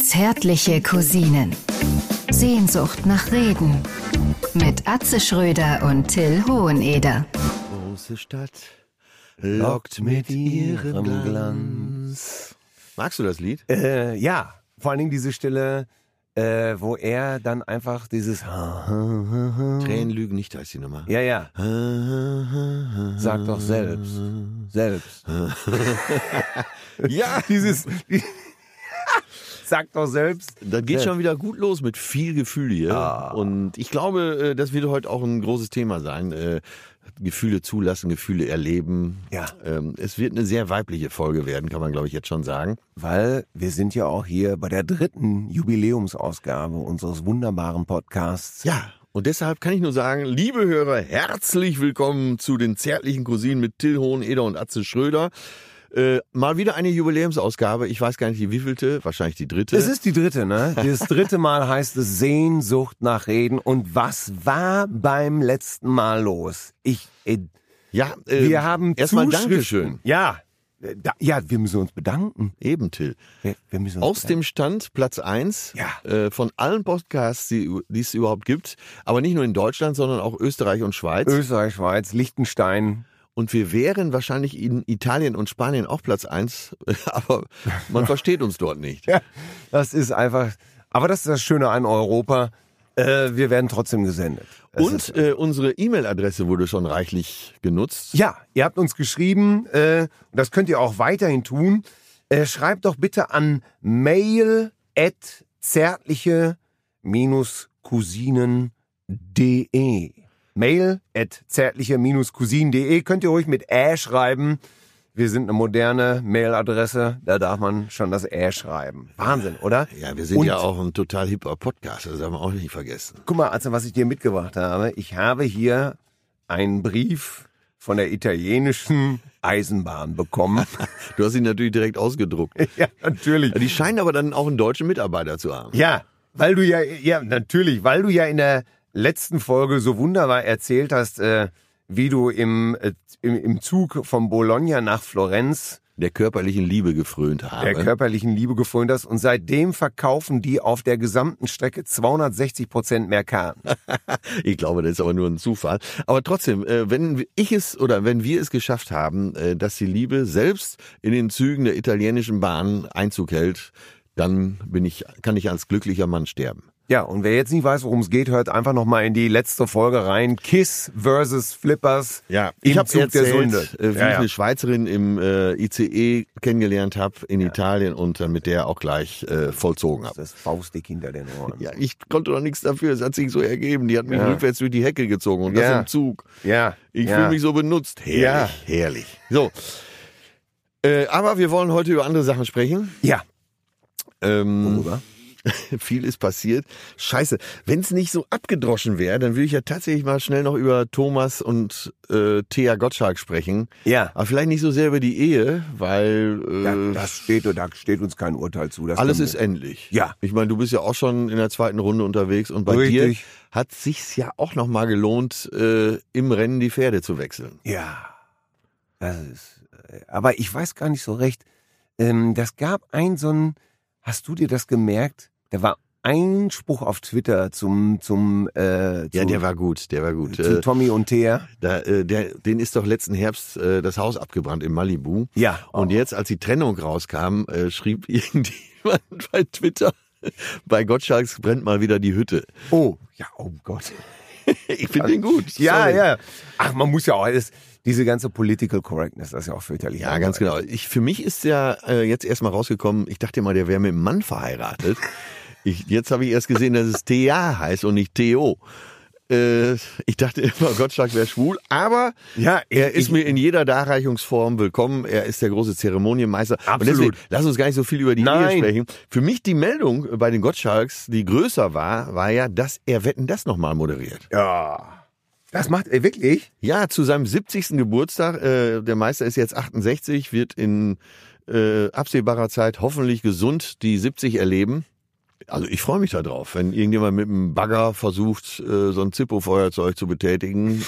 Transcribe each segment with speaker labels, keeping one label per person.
Speaker 1: Zärtliche Cousinen. Sehnsucht nach Reden. Mit Atze Schröder und Till Hoheneder.
Speaker 2: Große Stadt lockt mit ihrem Glanz. Magst du das Lied?
Speaker 3: Äh, ja, vor allen Dingen diese Stelle, äh, wo er dann einfach dieses
Speaker 2: Tränen lügen nicht, heißt die Nummer.
Speaker 3: Ja, ja, sag doch selbst. Selbst.
Speaker 2: Ja,
Speaker 3: Dieses Sag doch selbst.
Speaker 2: das geht schon wieder gut los mit viel Gefühl hier. Und ich glaube, äh, das wird heute auch ein großes Thema sein. Äh, Gefühle zulassen, Gefühle erleben.
Speaker 3: Ja.
Speaker 2: Ähm, Es wird eine sehr weibliche Folge werden, kann man glaube ich jetzt schon sagen.
Speaker 3: Weil wir sind ja auch hier bei der dritten Jubiläumsausgabe unseres wunderbaren Podcasts.
Speaker 2: Ja, und deshalb kann ich nur sagen, liebe Hörer, herzlich willkommen zu den zärtlichen Cousinen mit Till Hoheneder und Atze Schröder. Äh, mal wieder eine Jubiläumsausgabe. Ich weiß gar nicht, die wievielte, wahrscheinlich die dritte.
Speaker 3: Es ist die dritte, ne? Das dritte Mal heißt es Sehnsucht nach Reden. Und was war beim letzten Mal los? Ich, äh,
Speaker 2: ja, äh,
Speaker 3: wir haben
Speaker 2: erstmal
Speaker 3: Zuschriften.
Speaker 2: Dankeschön.
Speaker 3: Ja, äh, da, ja, wir müssen uns bedanken.
Speaker 2: Eben, Till.
Speaker 3: Wir, wir müssen uns
Speaker 2: Aus dem Stand Platz eins
Speaker 3: Ja.
Speaker 2: äh, von allen Podcasts, die, die es überhaupt gibt, aber nicht nur in Deutschland, sondern auch Österreich und Schweiz.
Speaker 3: Österreich, Schweiz, Liechtenstein.
Speaker 2: und wir wären wahrscheinlich in Italien und Spanien auch Platz eins, aber man versteht uns dort nicht.
Speaker 3: Ja, das ist einfach. Aber das ist das Schöne an Europa. Äh, wir werden trotzdem gesendet. Es
Speaker 2: Und äh, unsere E-Mail-Adresse wurde schon reichlich genutzt.
Speaker 3: Ja, ihr habt uns geschrieben, äh, und das könnt ihr auch weiterhin tun. Äh, schreibt doch bitte an mail at zärtliche-cousinen.de. Mail at zärtliche-cousinen.de könnt ihr ruhig mit Ä schreiben. Wir sind eine moderne Mailadresse, da darf man schon das Ä schreiben. Wahnsinn, oder?
Speaker 2: Ja, wir sind
Speaker 3: Und-
Speaker 2: ja auch ein total hipper Podcast, das haben wir auch nicht vergessen.
Speaker 3: Guck mal, also was ich dir mitgebracht habe. Ich habe hier einen Brief von der italienischen Eisenbahn bekommen.
Speaker 2: Du hast ihn natürlich direkt ausgedruckt.
Speaker 3: ja, natürlich.
Speaker 2: Die scheinen aber dann auch einen deutschen Mitarbeiter zu haben.
Speaker 3: Ja, weil du ja, ja, natürlich, weil du ja in der letzten Folge so wunderbar erzählt hast, äh, wie du im, äh, im, im Zug von Bologna nach Florenz
Speaker 2: Der körperlichen Liebe gefrönt
Speaker 3: der
Speaker 2: habe.
Speaker 3: körperlichen Liebe gefunden hast. Und seitdem verkaufen die auf der gesamten Strecke 260 Prozent mehr Karten.
Speaker 2: Ich glaube, das ist aber nur ein Zufall. Aber trotzdem, äh, wenn ich es oder wenn wir es geschafft haben, äh, dass die Liebe selbst in den Zügen der italienischen Bahn Einzug hält, dann bin ich, kann ich als glücklicher Mann sterben.
Speaker 3: Ja, und wer jetzt nicht weiß, worum es geht, hört einfach nochmal in die letzte Folge rein. Kiss versus Flippers.
Speaker 2: ich
Speaker 3: im
Speaker 2: habe
Speaker 3: Zug
Speaker 2: erzählt,
Speaker 3: der Sünde.
Speaker 2: äh, wie
Speaker 3: Ja,
Speaker 2: ich
Speaker 3: ja.
Speaker 2: eine Schweizerin im äh, ICE kennengelernt habe in Italien und dann mit der auch gleich äh, vollzogen habe.
Speaker 3: Das Faustdick hinter den Ohren.
Speaker 2: Ja, ich konnte doch nichts dafür. Es hat sich so ergeben. Die hat mich rückwärts durch die Hecke gezogen und das
Speaker 3: Ja.
Speaker 2: im Zug.
Speaker 3: Ja,
Speaker 2: Ich
Speaker 3: ja.
Speaker 2: fühle mich so benutzt. Herrlich,
Speaker 3: Ja.
Speaker 2: herrlich. So. Äh, aber wir wollen heute über andere Sachen sprechen.
Speaker 3: Ja,
Speaker 2: Ähm,
Speaker 3: worüber?
Speaker 2: viel ist passiert. Scheiße. Wenn es nicht so abgedroschen wäre, dann würde ich ja tatsächlich mal schnell noch über Thomas und äh, Thea Gottschalk sprechen.
Speaker 3: Ja.
Speaker 2: Aber vielleicht nicht so sehr über die Ehe, weil äh,
Speaker 3: Ja, das steht, da steht uns kein Urteil zu. Das
Speaker 2: alles
Speaker 3: können
Speaker 2: ist
Speaker 3: wir-
Speaker 2: endlich.
Speaker 3: Ja.
Speaker 2: Ich meine, du bist ja auch schon in der zweiten Runde unterwegs und bei
Speaker 3: Richtig.
Speaker 2: dir hat sich's ja auch nochmal gelohnt, äh, im Rennen die Pferde zu wechseln.
Speaker 3: e-, Ja, das ist. äh, Aber ich weiß gar nicht so recht. Ähm, das gab ein so ein. Hast du dir das gemerkt? Da war ein Spruch auf Twitter zum zum äh, zu,
Speaker 2: Ja, der war gut, der war gut.
Speaker 3: zu
Speaker 2: Äh,
Speaker 3: Tommy und Thea.
Speaker 2: da, äh, der, den ist doch letzten Herbst äh, das Haus abgebrannt in Malibu.
Speaker 3: Ja.
Speaker 2: Und jetzt, als die Trennung rauskam, äh, schrieb irgendjemand bei Twitter, bei Gottschalks brennt mal wieder die Hütte.
Speaker 3: Oh, ja, oh Gott.
Speaker 2: Ich finde den gut.
Speaker 3: Äh, Ja,
Speaker 2: sorry.
Speaker 3: ja. Ach, man muss ja auch alles. Diese ganze Political Correctness, das ist ja auch fürchterlich.
Speaker 2: Ja, ganz genau. Ich, für mich ist ja äh, jetzt erstmal rausgekommen, ich dachte mal, der wäre mit einem Mann verheiratet. Ich, jetzt habe ich erst gesehen, dass es Thea heißt und nicht Theo. Äh, ich dachte immer, Gottschalk wäre schwul, aber
Speaker 3: Ja,
Speaker 2: er
Speaker 3: ich-
Speaker 2: ist mir in jeder Darreichungsform willkommen. Er ist der große Zeremonienmeister. Und deswegen,
Speaker 3: Absolut.
Speaker 2: lass uns gar nicht so viel über die Ehe
Speaker 3: Nein.
Speaker 2: sprechen. Für mich die Meldung bei den Gottschalks, die größer war, war ja, dass er Wetten das nochmal moderiert.
Speaker 3: Ja. Das macht er wirklich?
Speaker 2: Ja, zu seinem 70. Geburtstag. Äh, der Meister ist jetzt 68, wird in äh, absehbarer Zeit hoffentlich gesund die 70 erleben. Also ich freue mich da drauf, wenn irgendjemand mit einem Bagger versucht, äh, so ein Zippo-Feuerzeug zu betätigen.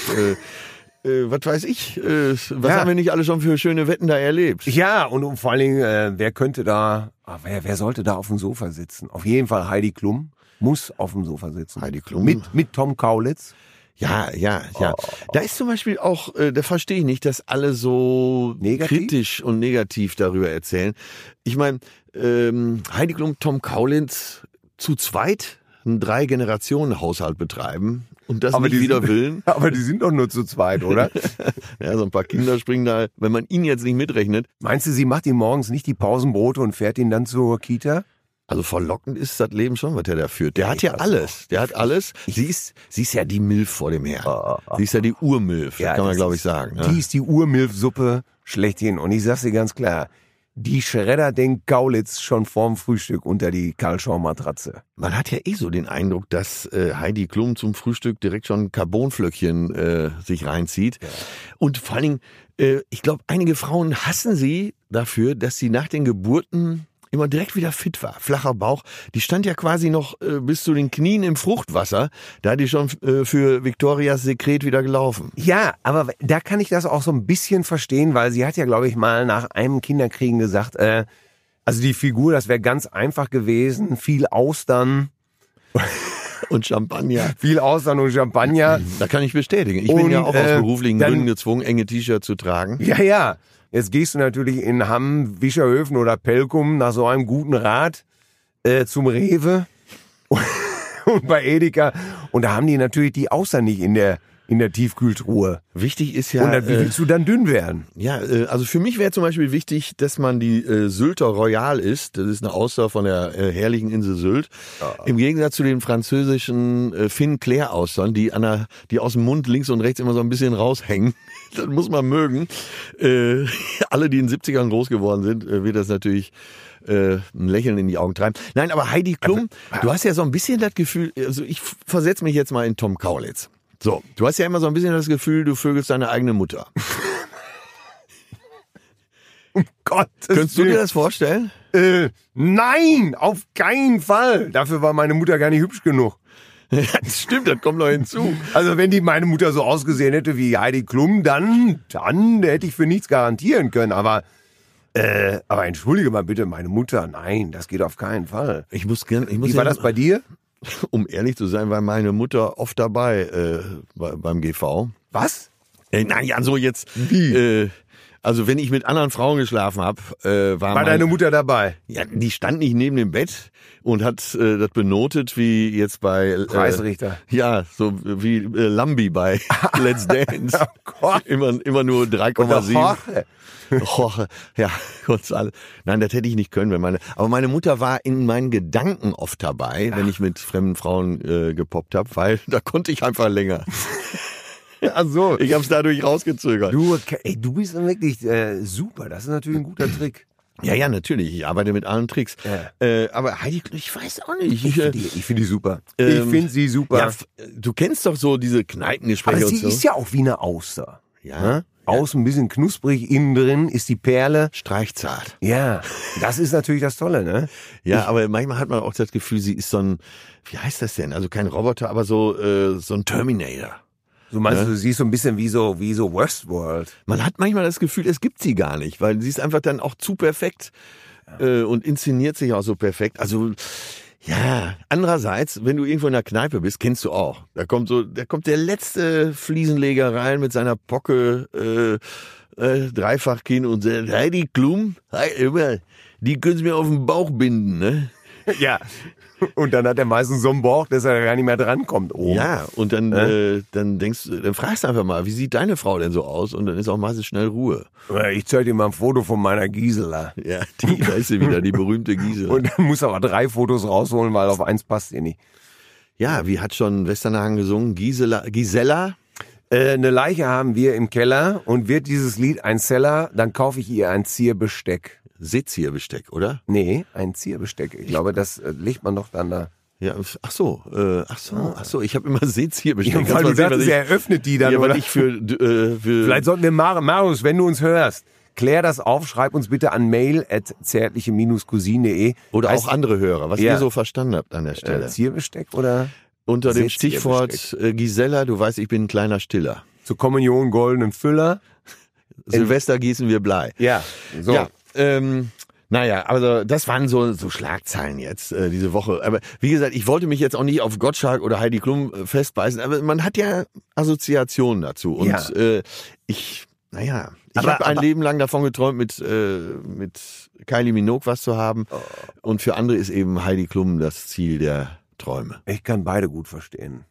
Speaker 2: äh, äh, was weiß ich, äh, was
Speaker 3: Ja.
Speaker 2: haben wir nicht alle schon für schöne Wetten da erlebt?
Speaker 3: Ja, und, und vor allen Dingen, äh, wer könnte da, ah, wer, wer sollte da auf dem Sofa sitzen? Auf jeden Fall Heidi Klum muss auf dem Sofa sitzen.
Speaker 2: Heidi Klum.
Speaker 3: Mit, mit Tom Kaulitz.
Speaker 2: Ja, ja, ja.
Speaker 3: Oh.
Speaker 2: Da ist zum Beispiel auch, äh, da verstehe ich nicht, dass alle so
Speaker 3: Negativ?
Speaker 2: kritisch und negativ darüber erzählen. Ich meine, ähm, Heidi Klum, Tom Kaulitz zu zweit einen Drei-Generationen-Haushalt betreiben und das mit wider Willen.
Speaker 3: Aber die sind doch nur zu zweit, oder?
Speaker 2: Ja, so ein paar Kinder springen da, wenn man ihn jetzt nicht mitrechnet.
Speaker 3: Meinst du, sie macht ihm morgens nicht die Pausenbrote und fährt ihn dann zur Kita?
Speaker 2: Also verlockend ist das Leben schon, was der da führt. Der hat ja
Speaker 3: ich Ah, weiß
Speaker 2: alles. Der hat alles. Sie ist, sie ist ja die Milf vor dem Herrn. Sie ist ja die Urmilf, das kann man
Speaker 3: das
Speaker 2: glaube ich
Speaker 3: ist-
Speaker 2: sagen.
Speaker 3: Die
Speaker 2: Ne?
Speaker 3: ist die Urmilfsuppe schlechthin. Und ich sag's dir ganz klar, die Schredder denkt Kaulitz schon vorm Frühstück unter die Karlschau-Matratze.
Speaker 2: Man hat ja eh so den Eindruck, dass äh, Heidi Klum zum Frühstück direkt schon Carbonflöckchen äh, sich reinzieht. Und vor allen Dingen, äh, ich glaube, einige Frauen hassen sie dafür, dass sie nach den Geburten immer direkt wieder fit war. Flacher Bauch. Die stand ja quasi noch äh, bis zu den Knien im Fruchtwasser. Da hat die schon äh, für Victorias Sekret wieder gelaufen.
Speaker 3: Ja, aber da kann ich das auch so ein bisschen verstehen, weil sie hat ja, glaube ich, mal nach einem Kinderkriegen gesagt, äh, also die Figur, das wäre ganz einfach gewesen, viel Austern,
Speaker 2: Und Champagner.
Speaker 3: viel Austern und Champagner.
Speaker 2: Da kann ich bestätigen. Ich bin
Speaker 3: Und,
Speaker 2: ja auch
Speaker 3: äh,
Speaker 2: aus beruflichen
Speaker 3: dann-
Speaker 2: Gründen gezwungen, enge T-Shirts zu tragen.
Speaker 3: Ja, ja. Jetzt gehst du natürlich in Hamm, Wischerhöfen oder Pelkum nach so einem guten Rat äh, zum Rewe und bei Edeka. Und da haben die natürlich die Austern nicht in der, in der Tiefkühltruhe.
Speaker 2: Wichtig ist ja...
Speaker 3: und dann, wie
Speaker 2: äh,
Speaker 3: willst du dann dünn werden?
Speaker 2: Ja, äh, also für mich wäre zum Beispiel wichtig, dass man die äh, Sylter Royal isst. Das ist eine Auster von der äh, herrlichen Insel Sylt. Im Gegensatz zu den französischen äh, Finclair Austern, die, an der, die aus dem Mund links und rechts immer so ein bisschen raushängen. das muss man mögen. Äh, alle, die in den 70ern groß geworden sind, äh, wird das natürlich äh, ein Lächeln in die Augen treiben. Nein, aber Heidi Klum, du hast ja so ein bisschen das Gefühl, also ich versetze mich jetzt mal in Tom Kaulitz. So, du hast ja immer so ein bisschen das Gefühl, du vögelst deine eigene Mutter.
Speaker 3: Gott,
Speaker 2: Könntest du dir das vorstellen?
Speaker 3: Äh, nein, auf keinen Fall. Dafür war meine Mutter gar nicht hübsch genug.
Speaker 2: Das stimmt, das kommt noch hinzu.
Speaker 3: Also wenn die meine Mutter so ausgesehen hätte wie Heidi Klum, dann, dann hätte ich für nichts garantieren können. Aber, äh, aber entschuldige mal bitte, meine Mutter, nein, das geht auf keinen Fall.
Speaker 2: Ich muss gerne, ich muss
Speaker 3: Wie war
Speaker 2: ja-
Speaker 3: das bei dir?
Speaker 2: um ehrlich zu sein, war meine Mutter oft dabei äh, bei, beim GV.
Speaker 3: Was?
Speaker 2: Äh, nein, ja, so jetzt.
Speaker 3: Wie?
Speaker 2: Äh, also wenn ich mit anderen Frauen geschlafen habe, äh, war,
Speaker 3: War
Speaker 2: meine,
Speaker 3: deine Mutter dabei?
Speaker 2: ja, die stand nicht neben dem Bett und hat äh, das benotet wie jetzt bei äh,
Speaker 3: Preisrichter.
Speaker 2: Ja, so wie äh, Lambi bei Let's Dance.
Speaker 3: Oh Gott.
Speaker 2: Immer, immer nur
Speaker 3: Oder
Speaker 2: 3,7.
Speaker 3: Jorge?
Speaker 2: Och, Oh, ja, Gonzalo. Nein, das hätte ich nicht können, wenn meine. Aber meine Mutter war in meinen Gedanken oft dabei, wenn ich mit fremden Frauen äh, gepoppt habe, weil da konnte ich einfach länger.
Speaker 3: Ach so.
Speaker 2: Ich habe es dadurch rausgezögert.
Speaker 3: Du, ey, du bist dann wirklich äh, super. Das ist natürlich ein guter Trick.
Speaker 2: Ja, ja, natürlich. Ich arbeite mit allen Tricks.
Speaker 3: Ja.
Speaker 2: Äh, aber Heidi, Klum, ich weiß auch nicht.
Speaker 3: Ich
Speaker 2: äh,
Speaker 3: finde die, ich find die super.
Speaker 2: Ähm,
Speaker 3: ich finde sie super.
Speaker 2: ja, f- du kennst doch so diese Kneipengespräche
Speaker 3: aber
Speaker 2: und
Speaker 3: sie
Speaker 2: so.
Speaker 3: ist ja auch wie eine Auster.
Speaker 2: ja.
Speaker 3: Außen ein bisschen knusprig, innen drin ist die Perle.
Speaker 2: Streichzart.
Speaker 3: Ja, das ist natürlich das Tolle, ne?
Speaker 2: Ja, aber manchmal hat man auch das Gefühl, sie ist so ein, wie heißt das denn? Also kein Roboter, aber so, äh, so ein Terminator.
Speaker 3: So meinst du, sie ist so ein bisschen wie so, wie so Westworld.
Speaker 2: Man hat manchmal das Gefühl, es gibt sie gar nicht, weil sie ist einfach dann auch zu perfekt äh, und inszeniert sich auch so perfekt. Also ja, andererseits, wenn du irgendwo in der Kneipe bist, kennst du auch. Da kommt so, da kommt der letzte Fliesenleger rein mit seiner Pocke äh, äh, Dreifachkinn und sagt, Heidi Klum, hi, immer, die können sie mir auf den Bauch binden, ne?
Speaker 3: Ja. Und dann hat er meistens so einen Bauch, dass er gar nicht mehr drankommt Oh. oben.
Speaker 2: Ja, und dann, äh, dann denkst du, dann fragst du einfach mal, wie sieht deine Frau denn so aus? Und dann ist auch meistens schnell Ruhe.
Speaker 3: Ich zeig dir mal ein Foto von meiner Gisela.
Speaker 2: Ja, die, da ist sie wieder, die berühmte Gisela.
Speaker 3: Und dann muss aber drei Fotos rausholen, weil auf eins passt ihr nicht.
Speaker 2: Ja, wie hat schon Westerhagen gesungen? Gisela, Gisela?
Speaker 3: Äh, eine Leiche haben wir im Keller und wird dieses Lied ein Seller, dann kaufe ich ihr ein Zierbesteck.
Speaker 2: Seezieherbesteck, oder?
Speaker 3: Nee, ein Zierbesteck. Ich glaube, das äh, legt man doch dann da.
Speaker 2: Ja, ach so, äh, ach so, ach so, ich habe immer Seezieherbesteck.
Speaker 3: Ah. Ja,
Speaker 2: Kannst
Speaker 3: weil
Speaker 2: mal
Speaker 3: du
Speaker 2: sehen, was
Speaker 3: dachtest,
Speaker 2: ich-
Speaker 3: er öffnet die dann,
Speaker 2: ja,
Speaker 3: oder?
Speaker 2: weil ich für, d- äh, für
Speaker 3: Vielleicht sollten wir Mar Marius, wenn du uns hörst, klär das auf, schreib uns bitte an mail at zärtliche-cousine.de.
Speaker 2: oder
Speaker 3: Heißt,
Speaker 2: auch andere Hörer, was
Speaker 3: Ja.
Speaker 2: ihr so verstanden habt an der
Speaker 3: äh,
Speaker 2: Stelle.
Speaker 3: Zierbesteck oder?
Speaker 2: Unter dem
Speaker 3: Seezieherbesteck.
Speaker 2: Stichwort äh, Gisela, du weißt, ich bin ein kleiner Stiller.
Speaker 3: zur Kommunion goldenen Füller.
Speaker 2: Silvester gießen wir Blei.
Speaker 3: Ja, so.
Speaker 2: Ja, ähm, naja, also das waren so, so Schlagzeilen jetzt äh, diese Woche. Aber wie gesagt, ich wollte mich jetzt auch nicht auf Gottschalk oder Heidi Klum äh, festbeißen, aber man hat ja Assoziationen dazu. Und
Speaker 3: Ja.
Speaker 2: äh, ich, naja, ich
Speaker 3: Aber-
Speaker 2: habe ein
Speaker 3: aber-
Speaker 2: Leben lang davon geträumt, mit, äh, mit Kylie Minogue was zu haben.
Speaker 3: Oh.
Speaker 2: Und für andere ist eben Heidi Klum das Ziel der Träume.
Speaker 3: Ich kann beide gut verstehen.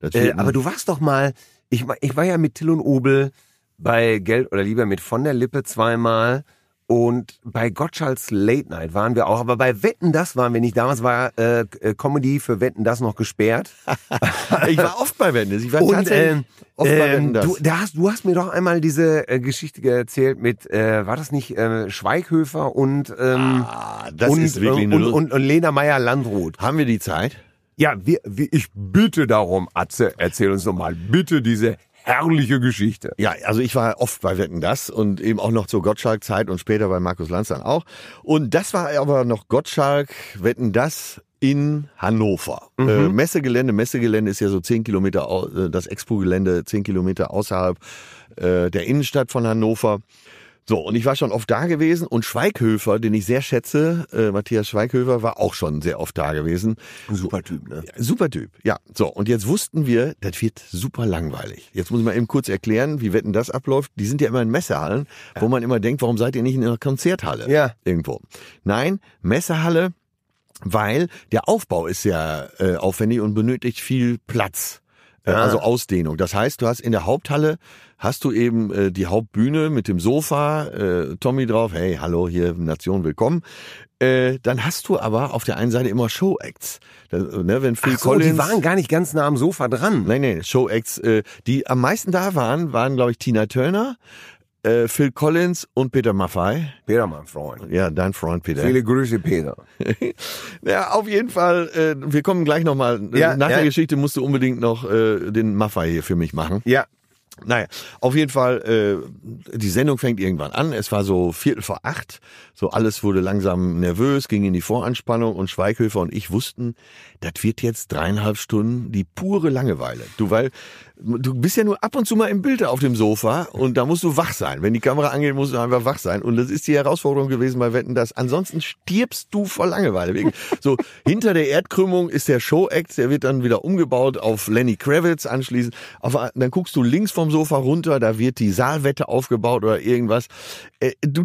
Speaker 2: Das
Speaker 3: Äh,
Speaker 2: wird-
Speaker 3: aber du warst doch mal, ich, war- ich war ja mit Till und Obel bei Geld oder lieber mit von der Lippe zweimal und bei Gottschalks Late Night waren wir auch, aber bei Wetten das waren wir nicht. Damals war äh, äh, Comedy für Wetten das noch gesperrt.
Speaker 2: ich war oft bei Wendes. Ich war
Speaker 3: Und
Speaker 2: tatsächlich
Speaker 3: ähm,
Speaker 2: oft bei
Speaker 3: ähm,
Speaker 2: Wendes.
Speaker 3: du, da hast, du hast mir doch einmal diese äh, Geschichte erzählt mit, äh, war das nicht äh, Schweighöfer und ähm,
Speaker 2: ah, das
Speaker 3: und,
Speaker 2: ist wirklich
Speaker 3: äh,
Speaker 2: eine
Speaker 3: und,
Speaker 2: Lust-
Speaker 3: und, und Lena Meyer Landrut.
Speaker 2: Haben wir die Zeit?
Speaker 3: Ja, wir, wir, ich bitte darum, Atze, erzähl uns doch mal bitte diese herrliche Geschichte.
Speaker 2: Ja, also ich war oft bei Wetten das und eben auch noch zur Gottschalk-Zeit und später bei Markus Lanz dann auch. Und das war aber noch Gottschalk, Wetten das in Hannover. Äh, Messegelände, Messegelände ist ja so 10 Kilometer, au- äh, das Expo-Gelände 10 Kilometer außerhalb äh, der Innenstadt von Hannover. So, und ich war schon oft da gewesen und Schweighöfer, den ich sehr schätze, äh, Matthias Schweighöfer, war auch schon sehr oft da gewesen.
Speaker 3: Ein super Typ, ne?
Speaker 2: Super Typ, ja. So, und jetzt wussten wir, das wird super langweilig. Jetzt muss ich mal eben kurz erklären, wie Wetten das abläuft. Die sind ja immer in Messehallen, wo man immer denkt, warum seid ihr nicht in einer Konzerthalle?
Speaker 3: Ja.
Speaker 2: Irgendwo. Nein, Messehalle, weil der Aufbau ist ja äh, aufwendig und benötigt viel Platz. Äh, Also Ausdehnung. Das heißt, du hast in der Haupthalle hast du eben äh, die Hauptbühne mit dem Sofa, äh, Tommy drauf, hey, hallo, hier Nation, willkommen. Äh, dann hast du aber auf der einen Seite immer Show-Acts. Da- Ne, wenn Phil
Speaker 3: Ach so,
Speaker 2: Collins.
Speaker 3: die waren gar nicht ganz nah am Sofa dran.
Speaker 2: Nein, nein, Show-Acts. Äh, die am meisten da waren, waren, glaube ich, Tina Turner, äh, Phil Collins und Peter Maffay.
Speaker 3: Peter, mein Freund.
Speaker 2: Ja, dein Freund Peter.
Speaker 3: Viele Grüße, Peter.
Speaker 2: Ja, auf jeden Fall. Äh, wir kommen gleich nochmal.
Speaker 3: Ja,
Speaker 2: Nach
Speaker 3: ja.
Speaker 2: der Geschichte musst du unbedingt noch äh, den Maffei hier für mich machen.
Speaker 3: Ja.
Speaker 2: Naja, auf jeden Fall, äh, die Sendung fängt irgendwann an. Es war so Viertel vor acht. So alles wurde langsam nervös, ging in die Voranspannung und Schweighöfer und ich wussten, das wird jetzt dreieinhalb Stunden die pure Langeweile. Du, weil, du bist ja nur ab und zu mal im Bild da auf dem Sofa und da musst du wach sein. Wenn die Kamera angeht, musst du einfach wach sein. Und das ist die Herausforderung gewesen bei Wetten, dass ansonsten stirbst du vor Langeweile. Wirklich. So, hinter der Erdkrümmung ist der Show-Act, der wird dann wieder umgebaut auf Lenny Kravitz anschließend. Auf, dann guckst du links vom Sofa runter, da wird die Saalwette aufgebaut oder irgendwas. Äh, du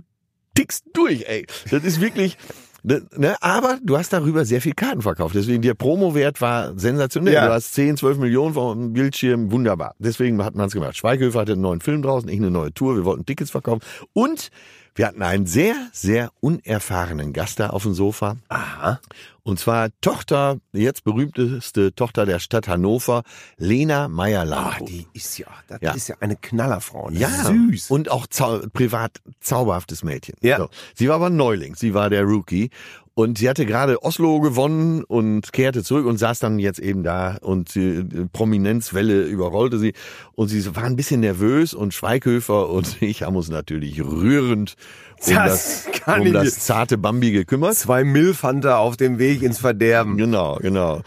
Speaker 2: tickst durch, ey. Das ist wirklich... Ne, ne, aber du hast darüber sehr viel Karten verkauft. Deswegen, der Promo-Wert war sensationell.
Speaker 3: Ja.
Speaker 2: Du hast 10, 12 Millionen vom Bildschirm, wunderbar. Deswegen hat man es gemacht. Schweighöfer hatte einen neuen Film draußen, ich eine neue Tour, wir wollten Tickets verkaufen. Und wir hatten einen sehr, sehr unerfahrenen Gast da auf dem Sofa.
Speaker 3: Aha.
Speaker 2: Und zwar Tochter, die jetzt berühmteste Tochter der Stadt Hannover, Lena
Speaker 3: Ah,
Speaker 2: Meyer-Landrut.
Speaker 3: die ist ja, das
Speaker 2: Ja.
Speaker 3: ist ja eine Knallerfrau. Ne?
Speaker 2: Ja,
Speaker 3: Süß.
Speaker 2: Und auch zau privat zauberhaftes Mädchen.
Speaker 3: Ja.
Speaker 2: Sie war aber Neuling, sie war der Rookie. Und sie hatte gerade Oslo gewonnen und kehrte zurück und saß dann jetzt eben da und die Prominenzwelle überrollte sie. Und sie war ein bisschen nervös und Schweighöfer und ich haben uns natürlich rührend um das,
Speaker 3: Das kann
Speaker 2: um
Speaker 3: ich
Speaker 2: das
Speaker 3: nicht.
Speaker 2: zarte Bambi gekümmert.
Speaker 3: Zwei Milfhunter auf dem Weg ins Verderben.
Speaker 2: Genau, genau.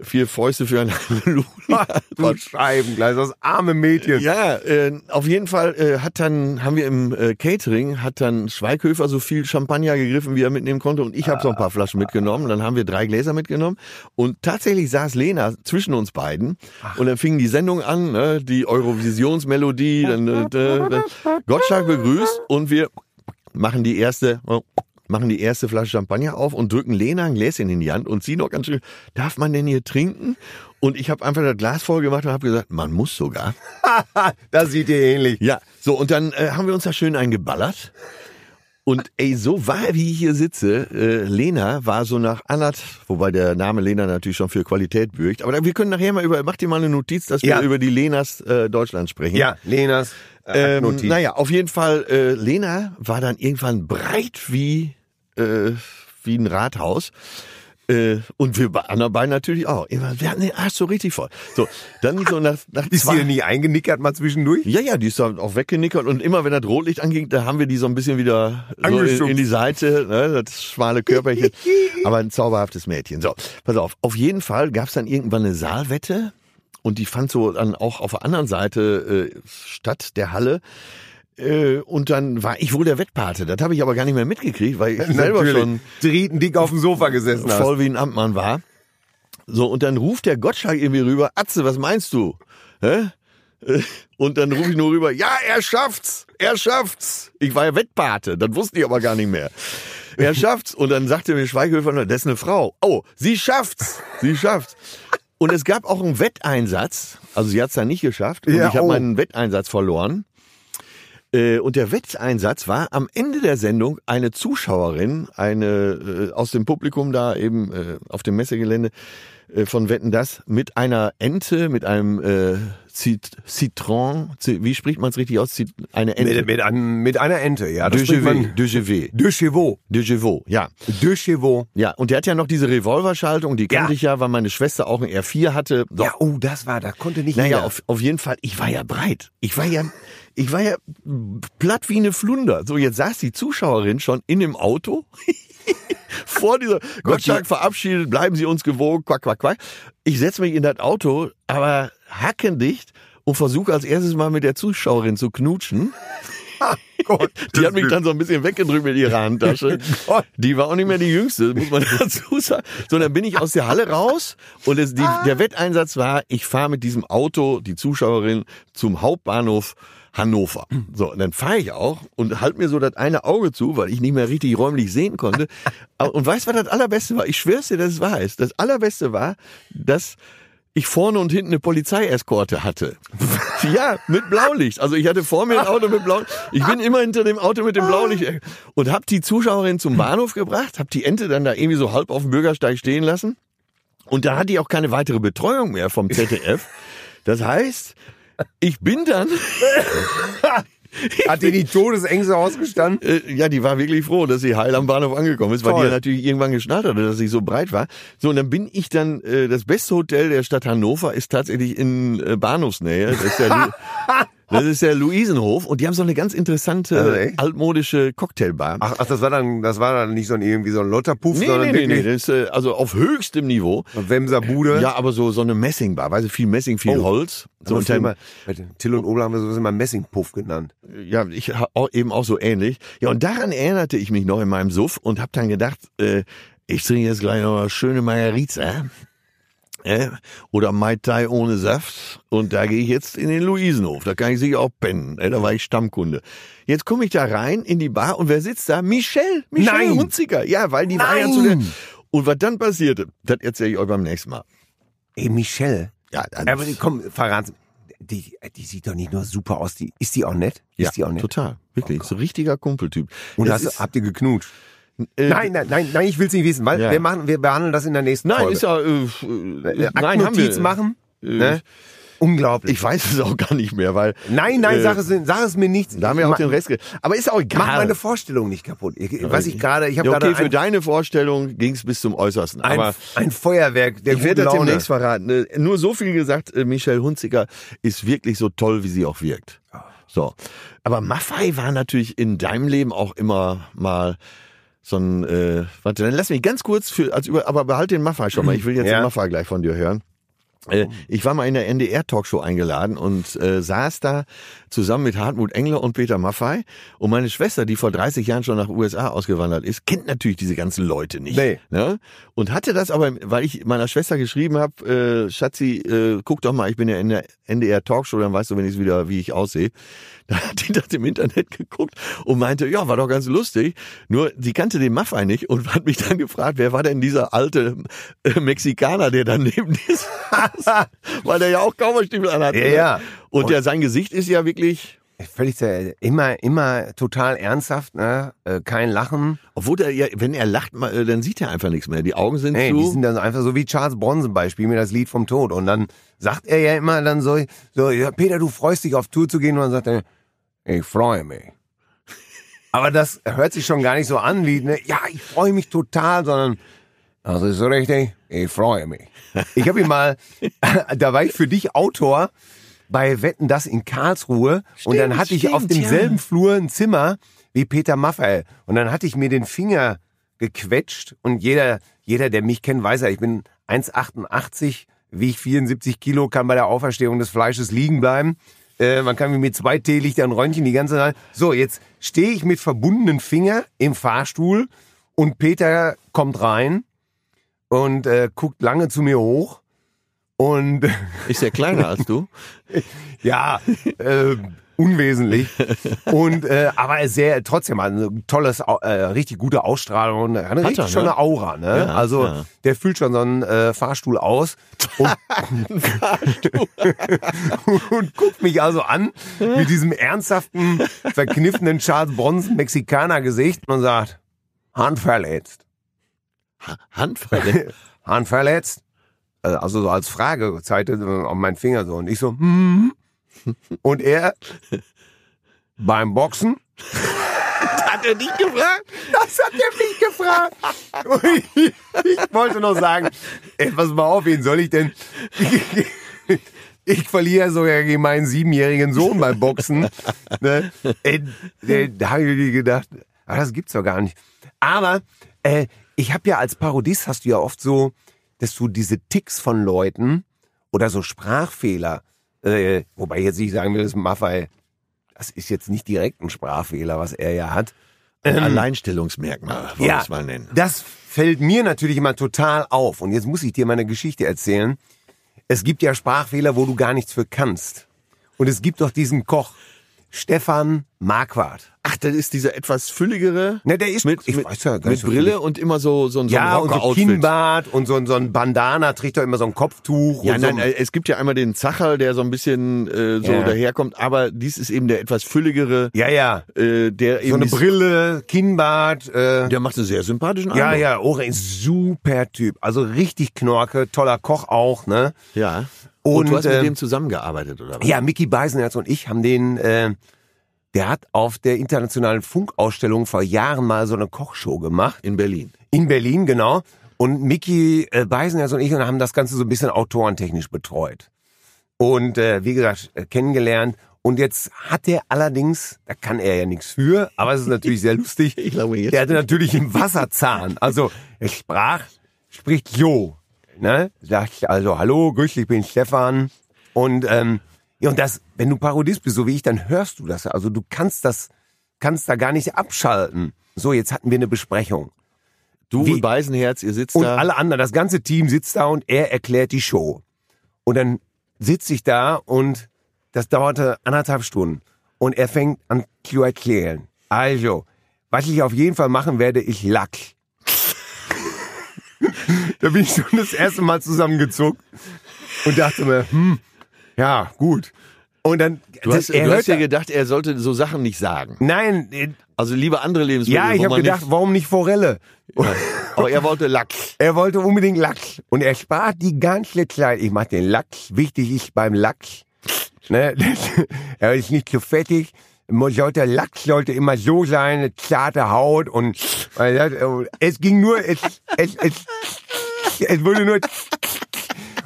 Speaker 2: Vier Fäuste für ein Halleluja.
Speaker 3: Du Scheibengleis, das arme Mädchen.
Speaker 2: Ja, äh, auf jeden Fall äh, hat dann, haben wir im äh, Catering, hat dann Schweighöfer so viel Champagner gegriffen, wie er mitnehmen konnte und ich habe so ein paar Flaschen mitgenommen. Dann haben wir drei Gläser mitgenommen und tatsächlich saß Lena zwischen uns beiden und dann fing die Sendung an, ne, die Eurovisionsmelodie, dann, äh, äh, dann Gottschalk begrüßt und wir machen die erste machen die erste Flasche Champagner auf und drücken Lena ein Gläschen in die Hand und sie noch ganz schön, darf man denn hier trinken? Und ich habe einfach das Glas voll gemacht und habe gesagt, man muss sogar.
Speaker 3: Das sieht ihr ähnlich.
Speaker 2: Ja, so und dann äh, haben wir uns da schön eingeballert. Und ey, so war, wie ich hier sitze, äh, Lena war so nach Anat, wobei der Name Lena natürlich schon für Qualität bürgt, aber da, wir können nachher mal über, mach dir mal eine Notiz, dass wir
Speaker 3: Ja.
Speaker 2: über die Lenas äh, Deutschland sprechen.
Speaker 3: Ja, Lenas äh,
Speaker 2: ähm,
Speaker 3: Notiz.
Speaker 2: naja, auf jeden Fall, äh, Lena war dann irgendwann breit wie, äh, wie ein Rathaus. Äh, und wir bei anderen beiden natürlich auch. Immer, Wir hatten den Arsch so richtig voll. So, dann so nach, nach
Speaker 3: Ist
Speaker 2: zwei...
Speaker 3: dir nie eingenickert mal zwischendurch?
Speaker 2: Ja, ja, die ist dann auch weggenickert und immer wenn das Rotlicht anging, da haben wir die so ein bisschen wieder so in,
Speaker 3: Angeschubst.
Speaker 2: in die Seite, ne, das schmale Körperchen. Aber ein zauberhaftes Mädchen. So, pass auf. Auf jeden Fall gab's dann irgendwann eine Saalwette Und die fand so dann auch auf der anderen Seite äh, statt, der Halle. Äh, Und dann war ich wohl der Wettpate. Das habe ich aber gar nicht mehr mitgekriegt, weil ich selber
Speaker 3: Natürlich.
Speaker 2: schon
Speaker 3: Dritten dick auf dem Sofa gesessen hast.
Speaker 2: voll wie ein Amtmann war. So, und dann ruft der Gottschalk irgendwie rüber, Atze, was meinst du? Hä? Äh, Und dann rufe ich nur rüber, ja, er schafft's, er schafft's. Ich war ja Wettpate, das wusste ich aber gar nicht mehr. Er schafft's. Und dann sagte mir Schweighöfer, nur, das ist eine Frau. Oh, sie schafft's, sie schafft's. Und es gab auch einen Wetteinsatz, also sie hat's dann nicht geschafft. Und
Speaker 3: Ja,
Speaker 2: ich habe
Speaker 3: oh.
Speaker 2: meinen Wetteinsatz verloren. Äh, Und der Wetteinsatz war am Ende der Sendung eine Zuschauerin, eine äh, aus dem Publikum da eben äh, auf dem Messegelände äh, von Wetten das mit einer Ente, mit einem äh, Zit Citron, Zi- wie spricht man es richtig aus? Zit eine Ente.
Speaker 3: Mit, mit, einem, mit einer Ente, ja.
Speaker 2: de
Speaker 3: Das spricht
Speaker 2: Gevet,
Speaker 3: man.
Speaker 2: de Gevet,
Speaker 3: De Chevaux.
Speaker 2: de Geveau, ja.
Speaker 3: De Chevaux.
Speaker 2: Ja, und der hat ja noch diese Revolverschaltung, die kannte
Speaker 3: Ja.
Speaker 2: ich ja, weil meine Schwester auch einen R4 hatte. So.
Speaker 3: Ja, oh, das war, da konnte nicht
Speaker 2: Naja,
Speaker 3: jeder.
Speaker 2: auf, auf jeden Fall, ich war ja breit. Ich war ja, ich war ja platt wie eine Flunder. So, jetzt saß die Zuschauerin schon in dem Auto. Vor dieser Gottschalk verabschiedet, bleiben Sie uns gewogen, quack, quack, quack. Ich setze mich in das Auto, aber hackendicht und versuche als erstes mal mit der Zuschauerin zu knutschen.
Speaker 3: Oh Gott,
Speaker 2: Die hat mich dann so ein bisschen weggedrückt mit ihrer Handtasche.
Speaker 3: Gott.
Speaker 2: Die war auch nicht mehr die jüngste, muss man dazu sagen. So, dann bin ich aus der Halle raus und es, die, der Wetteinsatz war, ich fahre mit diesem Auto, die Zuschauerin, zum Hauptbahnhof Hannover. So, und dann fahre ich auch und halt mir so das eine Auge zu, weil ich nicht mehr richtig räumlich sehen konnte. Und weißt du, was das Allerbeste war? Ich schwör's dir, dass es wahr ist. Das Allerbeste war, dass ich vorne und hinten eine Polizeieskorte hatte. ja, mit Blaulicht. Also ich hatte vor mir ein Auto mit Blaulicht. Ich bin immer hinter dem Auto mit dem Blaulicht und habe die Zuschauerin zum Bahnhof gebracht, habe die Ente dann da irgendwie so halb auf dem Bürgersteig stehen lassen und da hatte ich auch keine weitere Betreuung mehr vom ZDF. Das heißt, ich bin dann
Speaker 3: Hat dir die Todesängste ausgestanden?
Speaker 2: Äh, ja, die war wirklich froh, dass sie heil am Bahnhof angekommen ist, weil
Speaker 3: Toll.
Speaker 2: die ja natürlich irgendwann geschnallt hatte, dass ich so breit war. So, und dann bin ich dann, äh, das beste Hotel der Stadt Hannover ist tatsächlich in äh, Bahnhofsnähe. Das ist der, Lu- das ist der Luisenhof und die haben so eine ganz interessante
Speaker 3: Also echt?
Speaker 2: altmodische Cocktailbar.
Speaker 3: Ach, ach, das war dann, das war dann nicht so ein, irgendwie so ein Lotterpuff,
Speaker 2: Nee,
Speaker 3: sondern
Speaker 2: nee, nee, nee,
Speaker 3: wirklich
Speaker 2: das ist äh, also auf höchstem Niveau.
Speaker 3: Wemser Bude.
Speaker 2: Ja, aber so so eine Messingbar, weißt du, viel Messing, viel
Speaker 3: Oh.
Speaker 2: Holz. So
Speaker 3: Aber
Speaker 2: und
Speaker 3: früher
Speaker 2: dann,
Speaker 3: mal- warte, Till und Ola haben wir sowas immer Messingpuff genannt.
Speaker 2: ja, ich ha- auch, eben auch so ähnlich. Ja, und daran erinnerte ich mich noch in meinem Suff und habe dann gedacht, äh, ich trinke jetzt gleich noch eine schöne Margarita äh, oder Mai Tai ohne Saft und da gehe ich jetzt in den Luisenhof. Da kann ich sicher auch pennen. Äh, da war ich Stammkunde. Jetzt komme ich da rein in die Bar und wer sitzt da? Michelle, Michelle
Speaker 3: Nein.
Speaker 2: Hunziker. Ja, weil die war ja zu der...
Speaker 3: Nein.
Speaker 2: Und was dann passierte, das erzähle ich euch beim nächsten Mal.
Speaker 3: Ey, Michelle.
Speaker 2: Ja, dann,
Speaker 3: Aber die- komm, verrat's. Die, die sieht doch nicht nur super aus, die, ist die auch nett?
Speaker 2: ja,
Speaker 3: ist die auch nett?
Speaker 2: total, wirklich, so richtiger Kumpeltyp.
Speaker 3: Und
Speaker 2: Es
Speaker 3: hast,
Speaker 2: ist,
Speaker 3: habt ihr geknutscht?
Speaker 2: äh,
Speaker 3: Nein, nein, nein, nein, ich will's nicht wissen, weil
Speaker 2: Ja.
Speaker 3: wir machen, wir behandeln das in der nächsten
Speaker 2: Nein,
Speaker 3: Folge.
Speaker 2: ist ja. Äh, f- äh,
Speaker 3: Äh,
Speaker 2: nein, haben wir.
Speaker 3: Aktennotiz machen?
Speaker 2: Äh,
Speaker 3: Ne? Unglaublich.
Speaker 2: Ich weiß es auch gar nicht mehr, weil.
Speaker 3: nein, nein,
Speaker 2: äh,
Speaker 3: sag, es, sag es mir nichts.
Speaker 2: Da haben wir auch
Speaker 3: Ma-
Speaker 2: den Rest. Ge Aber ist auch
Speaker 3: Mach
Speaker 2: egal.
Speaker 3: meine Vorstellung nicht kaputt. Ich, was ich gerade, ich habe
Speaker 2: ja, okay,
Speaker 3: gerade
Speaker 2: für
Speaker 3: ein,
Speaker 2: deine Vorstellung ging's bis zum Äußersten.
Speaker 3: ein,
Speaker 2: aber
Speaker 3: ein Feuerwerk der
Speaker 2: ich werde
Speaker 3: guten
Speaker 2: das
Speaker 3: Laune.
Speaker 2: demnächst verraten. Äh, Nur so viel gesagt, äh, Michelle Hunziker ist wirklich so toll, wie sie auch wirkt. So. Aber Maffei war natürlich in deinem Leben auch immer mal so ein. Äh, warte, dann lass mich ganz kurz für als über, aber behalt den Maffei schon mal. Ich will jetzt
Speaker 3: Ja.
Speaker 2: den Maffei gleich von dir hören. Äh, Ich war mal in der NDR-Talkshow eingeladen und äh, saß da zusammen mit Hartmut Engler und Peter Maffei. Und meine Schwester, die vor 30 Jahren schon nach USA ausgewandert ist, kennt natürlich diese ganzen Leute nicht.
Speaker 3: Nee.
Speaker 2: Ne? Und hatte das aber, weil ich meiner Schwester geschrieben habe, äh, Schatzi, äh, guck doch mal, ich bin ja in der NDR-Talkshow, dann weißt du wenigstens wieder, wie ich aussehe. Da hat die das im Internet geguckt und meinte, ja, war doch ganz lustig. Nur, sie kannte den Maffei nicht und hat mich dann gefragt, wer war denn dieser alte äh, Mexikaner, der da neben dir saß? Weil der ja auch Kaumerstiefel anhatte.
Speaker 3: Ja,
Speaker 2: ne?
Speaker 3: ja.
Speaker 2: Und der, sein Gesicht ist ja wirklich,
Speaker 3: Völlig sehr, immer, immer total ernsthaft, ne? Äh, kein Lachen.
Speaker 2: obwohl der ja, wenn er lacht, ma- äh, dann sieht er einfach nichts mehr. Die Augen sind
Speaker 3: Ey,
Speaker 2: zu.
Speaker 3: die sind dann so einfach so wie Charles Bronson bei Spiel mir das Lied vom Tod. Und dann sagt er ja immer dann so, so ja, Peter, du freust dich auf Tour zu gehen. Und dann sagt er, ich freue mich. Aber das hört sich schon gar nicht so an wie, ne, ja, ich freue mich total, sondern, das Also, ist so richtig, ich freue mich. Ich habe ihn mal, da war ich für dich Autor bei Wetten, das in Karlsruhe. und dann hatte ich auf
Speaker 1: stimmt,
Speaker 3: demselben Flur ein Zimmer wie Peter Maffay. Und dann hatte ich mir den Finger gequetscht und jeder, jeder, der mich kennt, weiß ja, ich bin 1,88 wieg 74 Kilo, kann bei der Auferstehung des Fleisches liegen bleiben. Äh, man kann mit zwei Teelichtern Röntgen die ganze Nacht. So, jetzt stehe ich mit verbundenen Finger im Fahrstuhl und Peter kommt rein und äh, guckt lange zu mir hoch. Und
Speaker 2: Ist ja kleiner als du.
Speaker 3: ja, äh, unwesentlich. Und äh, aber sehr trotzdem hat ein tolles, Au- äh, richtig gute Ausstrahlung und hat, richtig
Speaker 2: er,
Speaker 3: schon
Speaker 2: ne?
Speaker 3: eine Aura. Ne?
Speaker 2: Ja,
Speaker 3: also
Speaker 2: ja.
Speaker 3: der füllt schon so einen äh, Fahrstuhl aus und, und guckt mich also an mit diesem ernsthaften, verkniffenen Charles Bronson Mexikaner Gesicht und sagt: Handverletzt.
Speaker 2: Handverletzt.
Speaker 3: Hand verletzt? Äh, Also so als Frage zeigte auf meinen Finger so. Und ich so, hm. Und er beim Boxen?
Speaker 2: Hat er dich gefragt?
Speaker 3: Das hat er mich gefragt. Und ich, ich wollte noch sagen, ey, pass mal auf, wen soll ich denn? Ich, ich verliere sogar gegen meinen siebenjährigen Sohn beim Boxen. Ne? Ey, ey, da habe ich mir gedacht, ah, das gibt's doch gar nicht. Aber äh, ich habe ja als Parodist hast du ja oft so, dass du diese Ticks von Leuten oder so Sprachfehler, äh, wobei ich jetzt nicht sagen will, dass Maffei, das ist jetzt nicht direkt ein Sprachfehler, was er ja hat. Ähm.
Speaker 2: Ein Alleinstellungsmerkmal, wollen wir es mal nennen.
Speaker 3: Das fällt mir natürlich immer total auf. Und jetzt muss ich dir meine Geschichte erzählen. Es gibt ja Sprachfehler, wo du gar nichts für kannst. Und es gibt doch diesen Koch, Stefan Marquardt.
Speaker 2: Ach, das ist dieser etwas fülligere
Speaker 3: Ne, der ist
Speaker 2: mit,
Speaker 3: ich
Speaker 2: mit,
Speaker 3: weiß ja gar
Speaker 2: mit
Speaker 3: nicht so
Speaker 2: Brille und immer so, so, ein-
Speaker 3: viel.
Speaker 2: so
Speaker 3: Ja,
Speaker 2: ein
Speaker 3: und so
Speaker 2: Rocker-Outfit.
Speaker 3: Kinnbart und so, ein- so ein Bandana trägt doch immer so ein Kopftuch.
Speaker 2: Ja,
Speaker 3: und
Speaker 2: nein,
Speaker 3: so
Speaker 2: äh, es gibt ja einmal den Zacherl, der so ein bisschen äh, so
Speaker 3: Ja.
Speaker 2: daherkommt, aber dies ist eben der etwas fülligere,
Speaker 3: ja, ja.
Speaker 2: äh, der eben
Speaker 3: So eine
Speaker 2: dies-
Speaker 3: Brille, Kinnbart. Äh,
Speaker 2: der macht einen sehr sympathischen
Speaker 3: ja,
Speaker 2: Eindruck.
Speaker 3: ja, Ore ist super Typ. Also richtig Knorke, toller Koch auch, ne?
Speaker 2: ja. Und, du
Speaker 3: Und,
Speaker 2: hast mit
Speaker 3: ähm,
Speaker 2: dem zusammengearbeitet, oder was?
Speaker 3: Ja, Mickey Beisenherz und ich haben den, äh, der hat auf der internationalen Funkausstellung vor Jahren mal so eine Kochshow gemacht.
Speaker 2: In Berlin.
Speaker 3: In Berlin, genau. Und Mickey äh, Beisenherz und ich und haben das Ganze so ein bisschen autorentechnisch betreut. Und äh, wie gesagt, äh, kennengelernt. Und jetzt hat er allerdings, da kann er ja nichts für, aber es ist natürlich sehr lustig.
Speaker 2: Ich glaube jetzt.
Speaker 3: Der hatte natürlich einen Wasserzahn. Also er sprach, spricht Jo. Ne? Sagt also, hallo, grüß, ich bin Stefan. Und, ähm, ja, und das, wenn du Parodist bist, so wie ich, dann hörst du das. Also du kannst das, kannst da gar nicht abschalten. So, jetzt hatten wir eine Besprechung.
Speaker 2: du
Speaker 3: wie-
Speaker 2: und Beisenherz, ihr sitzt
Speaker 3: Und
Speaker 2: da.
Speaker 3: alle anderen, das ganze Team sitzt da und er erklärt die Show. Und dann sitze ich da und das dauerte anderthalb Stunden. Und er fängt an zu erklären. Also, was ich auf jeden Fall machen werde, ich Lack. da bin ich schon das erste Mal zusammengezuckt und dachte mir, hm, ja, gut. Und dann,
Speaker 2: du hast,
Speaker 3: er
Speaker 2: du hast
Speaker 3: hört
Speaker 2: ja
Speaker 3: da-
Speaker 2: gedacht, er sollte so Sachen nicht sagen.
Speaker 3: nein, äh,
Speaker 2: Also lieber andere Lebensmittel.
Speaker 3: ja, ich
Speaker 2: wo
Speaker 3: habe
Speaker 2: man
Speaker 3: gedacht, warum nicht Forelle?
Speaker 2: Nicht, aber er wollte Lack.
Speaker 3: Er wollte unbedingt Lachs und er spart die ganze Zeit. Ich mach den Lachs. Wichtig ist beim Lachs, ne, das- er ist nicht zu fettig. Mo- Sollte Lachs sollte immer so sein, eine zarte Haut und äh, es ging nur, es, es, es, es wurde nur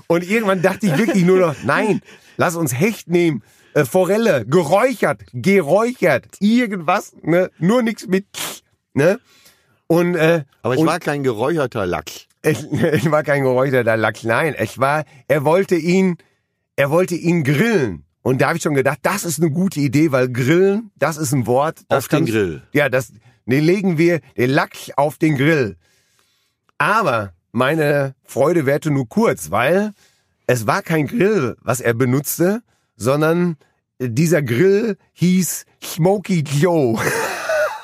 Speaker 3: und irgendwann dachte ich wirklich nur noch, nein, lass uns Hecht nehmen, äh, Forelle, geräuchert, geräuchert, irgendwas, ne, nur nichts mit, ne und äh,
Speaker 2: Aber es
Speaker 3: und,
Speaker 2: war kein geräucherter Lack.
Speaker 3: es, es war kein geräucherter Lachs, nein. Es war, er wollte ihn, er wollte ihn grillen. Und da habe ich schon gedacht, das ist eine gute Idee, weil grillen, das ist ein Wort. das
Speaker 2: Auf den
Speaker 3: kannst-
Speaker 2: Grill.
Speaker 3: Ja, das, den legen wir, den Lachs auf den Grill. Aber meine Freude währte nur kurz, weil es war kein Grill, was er benutzte, sondern dieser Grill hieß Smoky Joe.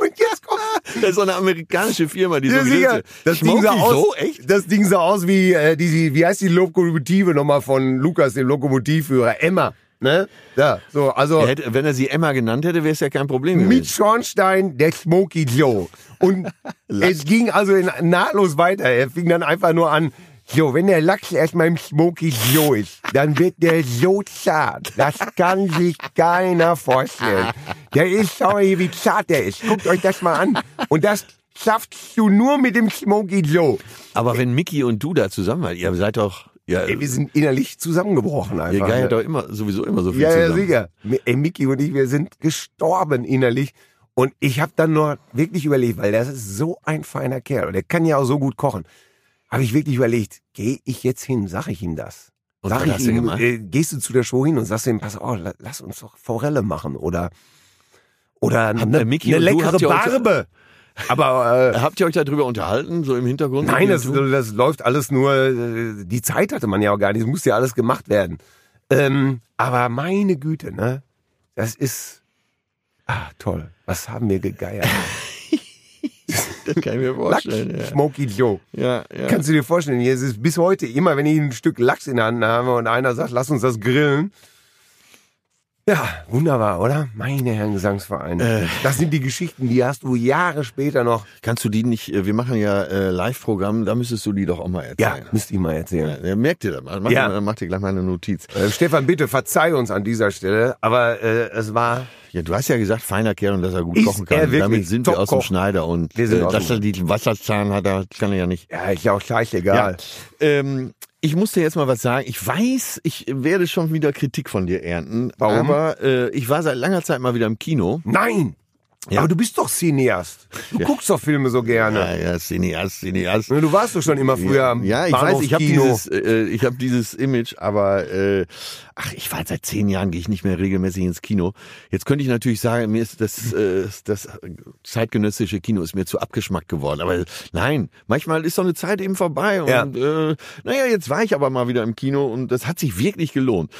Speaker 3: Und jetzt kommt
Speaker 2: Das ist so eine amerikanische Firma, die so
Speaker 3: ja, sicher.
Speaker 2: Grillte.
Speaker 3: Das Ding,
Speaker 2: Smoky
Speaker 3: sah aus,
Speaker 2: Joe, echt?
Speaker 3: das Ding sah aus wie, äh, die, wie heißt die Lokomotive nochmal von Lukas, dem Lokomotivführer? Emma, ne? Ja, so, also
Speaker 2: Er hätte, wenn er sie Emma genannt hätte, wäre es ja kein Problem
Speaker 3: mit
Speaker 2: gewesen.
Speaker 3: Schornstein der Smoky Joe. Und es ging also in, nahtlos weiter. Er fing dann einfach nur an, so, wenn der Lachs erstmal im Smoky Joe ist, dann wird der so zart. Das kann sich keiner vorstellen. Der ist, sorry, wie zart der ist. Guckt euch das mal an. Und das schaffst du nur mit dem Smoky Joe.
Speaker 2: Aber wenn Mickey und du da zusammen wart, ihr seid doch, ja,
Speaker 3: Ey, wir sind innerlich zusammengebrochen
Speaker 2: ihr
Speaker 3: einfach.
Speaker 2: geiert
Speaker 3: ne?
Speaker 2: doch immer, sowieso immer so viel
Speaker 3: ja, ja,
Speaker 2: zusammen.
Speaker 3: sicher. Mi- Ey, Micky und ich, wir sind gestorben innerlich. Und ich habe dann nur wirklich überlegt, weil das ist so ein feiner Kerl und der kann ja auch so gut kochen. Hab habe ich wirklich überlegt, gehe ich jetzt hin, sage ich ihm das?
Speaker 2: Und
Speaker 3: sag
Speaker 2: was
Speaker 3: ich
Speaker 2: hast du
Speaker 3: ihm,
Speaker 2: gemacht?
Speaker 3: äh, gehst du zu der Show hin und sagst ihm, pass auf, la- lass uns doch Forelle machen oder oder eine,
Speaker 2: äh,
Speaker 3: eine
Speaker 2: Micky und du
Speaker 3: leckere
Speaker 2: habt ihr euch-
Speaker 3: Barbe. Aber äh,
Speaker 2: Habt ihr euch darüber unterhalten, so im Hintergrund?
Speaker 3: nein, das,
Speaker 2: Du-
Speaker 3: das läuft alles nur. äh, Die Zeit hatte man ja auch gar nicht. Es musste ja alles gemacht werden. Ähm, aber meine Güte, ne? Das ist ah, toll. Was haben wir gegeiert?
Speaker 2: das kann ich mir
Speaker 3: Lack,
Speaker 2: vorstellen.
Speaker 3: Smokey Joe.
Speaker 2: Ja, ja. ja.
Speaker 3: Kannst du dir vorstellen, hier ist es bis heute immer, wenn ich ein Stück Lachs in der Hand habe und einer sagt, lass uns das grillen. Ja, wunderbar, oder? Meine Herren Gesangsvereine.
Speaker 2: Äh.
Speaker 3: Das sind die Geschichten, die hast du Jahre später noch.
Speaker 2: Kannst du die nicht, äh, wir machen ja äh, Live-Programm, da müsstest du die doch auch mal
Speaker 3: Ja,
Speaker 2: erzählen.
Speaker 3: müsst ihr mal erzählen.
Speaker 2: Ja, merkt ihr das mal. Mach,
Speaker 3: Ja.
Speaker 2: dir mal- mach dir gleich mal eine Notiz.
Speaker 3: Äh, Stefan, bitte verzeih uns an dieser Stelle, aber äh, es war
Speaker 2: Ja, du hast ja gesagt, feiner Kerl und dass er gut
Speaker 3: Ist
Speaker 2: kochen kann.
Speaker 3: er wirklich
Speaker 2: Damit sind wir aus dem
Speaker 3: Top-Koch.
Speaker 2: Schneider und
Speaker 3: Wir sind
Speaker 2: äh,
Speaker 3: aus
Speaker 2: dass
Speaker 3: dem-
Speaker 2: er diesen Wasserzahn hat, das kann er ja nicht.
Speaker 3: ja ist ja auch gleich egal.
Speaker 2: Ja. Ähm, ich muss dir jetzt mal was sagen. Ich weiß, ich werde schon wieder Kritik von dir ernten.
Speaker 3: Warum?
Speaker 2: Aber äh, ich war seit langer Zeit mal wieder im Kino.
Speaker 3: Nein!
Speaker 2: Ja.
Speaker 3: Aber du bist doch Cineast. Du guckst doch Filme so
Speaker 2: Ja,
Speaker 3: gerne.
Speaker 2: ja, Cineast, Cineast.
Speaker 3: Du warst doch schon immer früher am
Speaker 2: Ja, ich weiß, ich habe
Speaker 3: Bahnhofskino.
Speaker 2: dieses, äh, ich hab dieses Image, aber äh, ach, ich war seit zehn Jahren, gehe ich nicht mehr regelmäßig ins Kino. Jetzt könnte ich natürlich sagen, mir ist das, äh, das zeitgenössische Kino ist mir zu abgeschmackt geworden. Aber nein, manchmal ist so eine Zeit eben vorbei. Und
Speaker 3: Ja.
Speaker 2: äh, naja, jetzt war ich aber mal wieder im Kino und das hat sich wirklich gelohnt.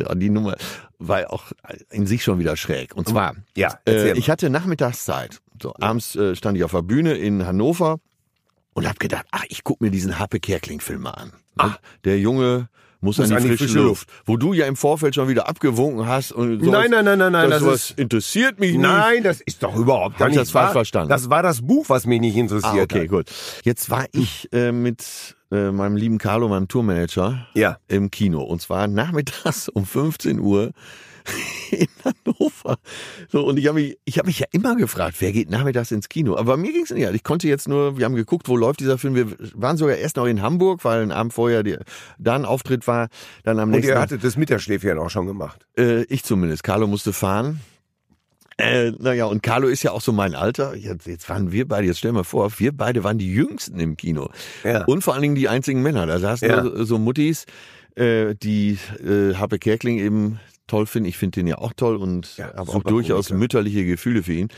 Speaker 2: Ja, Die Nummer war auch in sich schon wieder schräg. Und zwar,
Speaker 3: Ja, erzähl
Speaker 2: äh,
Speaker 3: mal.
Speaker 2: ich hatte Nachmittagszeit. So, abends äh, stand ich auf der Bühne in Hannover und habe gedacht, ach, ich guck mir diesen Happe Kerkling-Film mal an. Ah. Der Junge muss, an die, frische, Luft. Wo du ja im Vorfeld schon wieder abgewunken hast und sowas,
Speaker 3: Nein, nein, nein, nein, nein,
Speaker 2: Das,
Speaker 3: das
Speaker 2: sowas interessiert mich nicht.
Speaker 3: Nein, das ist doch überhaupt gar
Speaker 2: Hab ich
Speaker 3: nicht
Speaker 2: das falsch
Speaker 3: wahr.
Speaker 2: verstanden?
Speaker 3: Das war das Buch, was mich nicht interessiert
Speaker 2: Ah, okay,
Speaker 3: hat.
Speaker 2: gut. Jetzt war ich äh, mit äh, meinem lieben Carlo, meinem Tourmanager,
Speaker 3: Ja.
Speaker 2: im Kino. Und zwar nachmittags um 15 Uhr in Hannover. So, und ich habe mich, ich habe mich ja immer gefragt, wer geht nachmittags ins Kino? Aber bei mir ging es nicht. Ich konnte jetzt nur, wir haben geguckt, wo läuft dieser Film. Wir waren sogar erst noch in Hamburg, weil ein Abend vorher die, da ein Auftritt war. Dann am
Speaker 3: Und
Speaker 2: nächsten
Speaker 3: ihr
Speaker 2: Tag,
Speaker 3: hattet das Mittagsschläfchen auch schon gemacht.
Speaker 2: äh, ich zumindest. Carlo musste fahren. Äh, naja, und Carlo ist ja auch so mein Alter. Jetzt, jetzt waren wir beide, jetzt stell mal vor, wir beide waren die Jüngsten im Kino.
Speaker 3: Ja.
Speaker 2: Und vor allen Dingen die einzigen Männer. Da saßen
Speaker 3: Ja.
Speaker 2: nur so, so Muttis, äh, die äh, Happe Kerkling eben toll finden. Ich finde den ja auch toll und
Speaker 3: Ja,
Speaker 2: habe auch
Speaker 3: super
Speaker 2: durchaus
Speaker 3: Komiker.
Speaker 2: mütterliche Gefühle für ihn.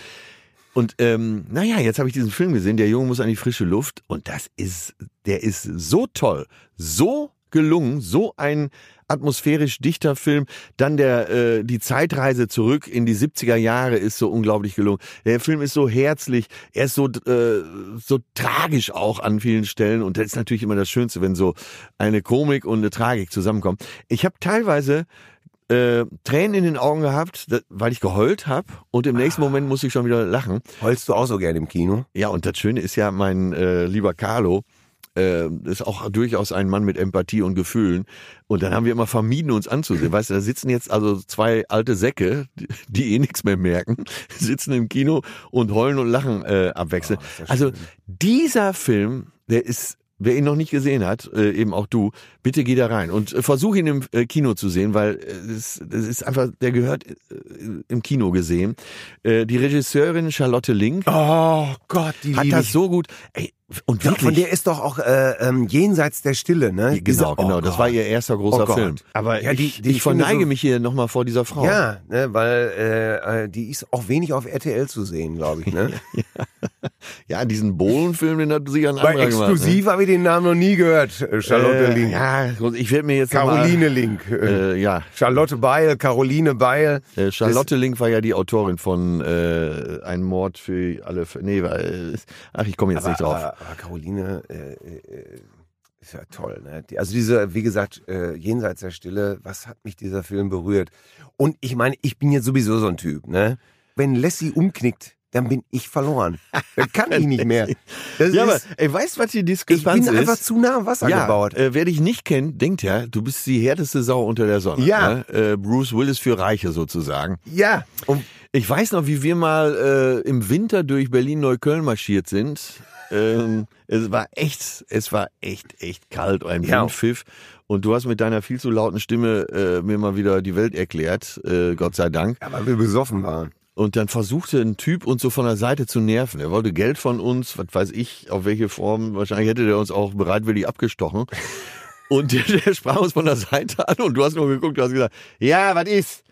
Speaker 2: Und ähm, naja, jetzt habe ich diesen Film gesehen, der Junge muss an die frische Luft. Und das ist, der ist so toll, so gelungen, so ein atmosphärisch dichter Film. Dann der, äh, die Zeitreise zurück in die 70er Jahre ist so unglaublich gelungen. Der Film ist so herzlich, er ist so, äh, so tragisch auch an vielen Stellen. Und das ist natürlich immer das Schönste, wenn so eine Komik und eine Tragik zusammenkommen. Ich habe teilweise äh, Tränen in den Augen gehabt, da- weil ich geheult habe und im nächsten Moment muss ich schon wieder lachen.
Speaker 3: Heulst du auch so gerne im Kino?
Speaker 2: Ja, und das Schöne ist ja, mein äh, lieber Carlo äh, ist auch durchaus ein Mann mit Empathie und Gefühlen. Und dann haben wir immer vermieden, uns anzusehen. Weißt du, da sitzen jetzt also zwei alte Säcke, die, die eh nichts mehr merken, sitzen im Kino und heulen und lachen äh, abwechselnd.
Speaker 3: Oh, ist das
Speaker 2: also
Speaker 3: schön.
Speaker 2: dieser Film, der ist, wer ihn noch nicht gesehen hat, äh, eben auch du, bitte geh da rein und äh, versuch ihn im äh, Kino zu sehen, weil äh, es, es ist einfach, der gehört äh, im Kino gesehen. Äh, die Regisseurin Charlotte Link
Speaker 3: Oh Gott, die
Speaker 2: hat
Speaker 3: liebe
Speaker 2: das
Speaker 3: ich.
Speaker 2: so gut. Ey, und
Speaker 3: ja, von
Speaker 2: wirklich.
Speaker 3: der ist doch auch äh, ähm, jenseits der Stille, ne?
Speaker 2: genau,
Speaker 3: Diese- oh
Speaker 2: genau. das
Speaker 3: Gott.
Speaker 2: war ihr erster
Speaker 3: Oh
Speaker 2: großer
Speaker 3: Gott.
Speaker 2: Film. Aber
Speaker 3: Ja, die-
Speaker 2: ich,
Speaker 3: die-
Speaker 2: ich
Speaker 3: ich finde
Speaker 2: verneige
Speaker 3: so-
Speaker 2: mich hier nochmal vor dieser Frau.
Speaker 3: Ja, ne, weil äh, äh, die ist auch wenig auf RTL zu sehen, glaube ich. Ne?
Speaker 2: ja diesen Bohlenfilm, den hat sich ein
Speaker 3: Bei
Speaker 2: anderer
Speaker 3: Exklusiv habe ich den Namen noch nie gehört. äh,
Speaker 2: gemacht. ne?
Speaker 3: Charlotte
Speaker 2: äh,
Speaker 3: Link.
Speaker 2: Ja, und ich werde mir jetzt noch
Speaker 3: Caroline Link.
Speaker 2: Mal,
Speaker 3: Äh,
Speaker 2: äh, ja,
Speaker 3: Charlotte Beil, Caroline Beil.
Speaker 2: äh, Charlotte Link war ja die Autorin von äh, Ein Mord für alle. F nee, war, äh, ach, ich komme jetzt nicht drauf.
Speaker 3: Aber, aber Caroline äh, äh, ist ja toll. Ne? Die, also diese, wie gesagt, äh, jenseits der Stille, was hat mich dieser Film berührt? Und ich meine, ich bin jetzt sowieso so ein Typ. Ne? Wenn Lassie umknickt, dann bin ich verloren. Dann kann ich nicht mehr. Das
Speaker 2: ja, aber
Speaker 3: ist,
Speaker 2: ey, weißt du, was die
Speaker 3: ich bin
Speaker 2: Diskrepanz ist?
Speaker 3: einfach zu nah am Wasser
Speaker 2: ja,
Speaker 3: gebaut.
Speaker 2: Äh, wer dich nicht kennt, denkt ja, du bist die härteste Sau unter der Sonne.
Speaker 3: Ja.
Speaker 2: Ne? Äh, Bruce Willis für Reiche sozusagen.
Speaker 3: Ja, und
Speaker 2: Ich weiß noch, wie wir mal äh, im Winter durch Berlin-Neukölln marschiert sind. Ähm, es war echt, es war echt, echt kalt, ein
Speaker 3: Ja.
Speaker 2: Windpfiff. Und du hast mit deiner viel zu lauten Stimme äh, mir mal wieder die Welt erklärt, äh, Gott sei Dank.
Speaker 3: ja, weil wir besoffen waren.
Speaker 2: Und dann versuchte ein Typ uns so von der Seite zu nerven. Er wollte Geld von uns, was weiß ich, auf welche Form. Wahrscheinlich hätte der uns auch bereitwillig abgestochen. Und der, der sprach uns von der Seite an und du hast nur geguckt, du hast gesagt, ja, was ist?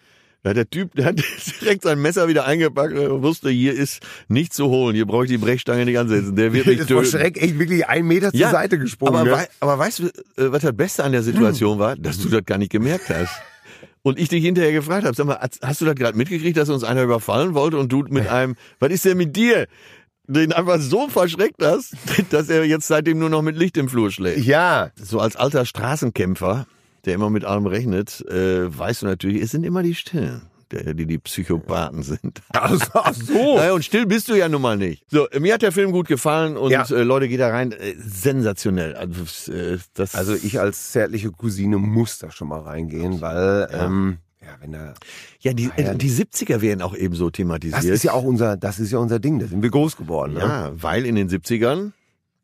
Speaker 2: Ja, der Typ, der hat direkt sein Messer wieder eingepackt und wusste, hier ist nichts zu holen. Hier brauche ich die Brechstange nicht ansetzen. Der wird mich
Speaker 3: Ich bin vor
Speaker 2: töten.
Speaker 3: Schreck echt wirklich einen Meter zur
Speaker 2: Ja,
Speaker 3: Seite gesprungen. ne? Hm.
Speaker 2: Aber,
Speaker 3: gell?
Speaker 2: wei aber weißt du, äh, was das Beste an der Situation war? Dass du das gar nicht gemerkt hast. Und ich dich hinterher gefragt habe, sag mal, hast- hast du das gerade mitgekriegt, dass uns einer überfallen wollte und du mit einem, was ist denn mit dir? Den einfach so verschreckt hast, dass er jetzt seitdem nur noch mit Licht im Flur schlägt.
Speaker 3: ja,
Speaker 2: So als alter Straßenkämpfer, der immer mit allem rechnet, äh, weißt du natürlich, es sind immer die Stillen, der- die die Psychopathen sind.
Speaker 3: also, ach so.
Speaker 2: Naja, und still bist du ja nun mal nicht. So, mir hat der Film gut gefallen und
Speaker 3: Ja.
Speaker 2: äh, Leute, geht da rein. Äh, sensationell. Also, äh, das
Speaker 3: Also ich als zärtliche Cousine muss da schon mal reingehen, weil
Speaker 2: Ja.
Speaker 3: ähm, ja, wenn da
Speaker 2: ja, die,
Speaker 3: Ah, ja.
Speaker 2: äh, die 70er werden auch eben so thematisiert.
Speaker 3: das ist ja auch unser, das ist ja unser Ding, da sind wir groß geworden. Ne?
Speaker 2: Ja, weil in den 70ern,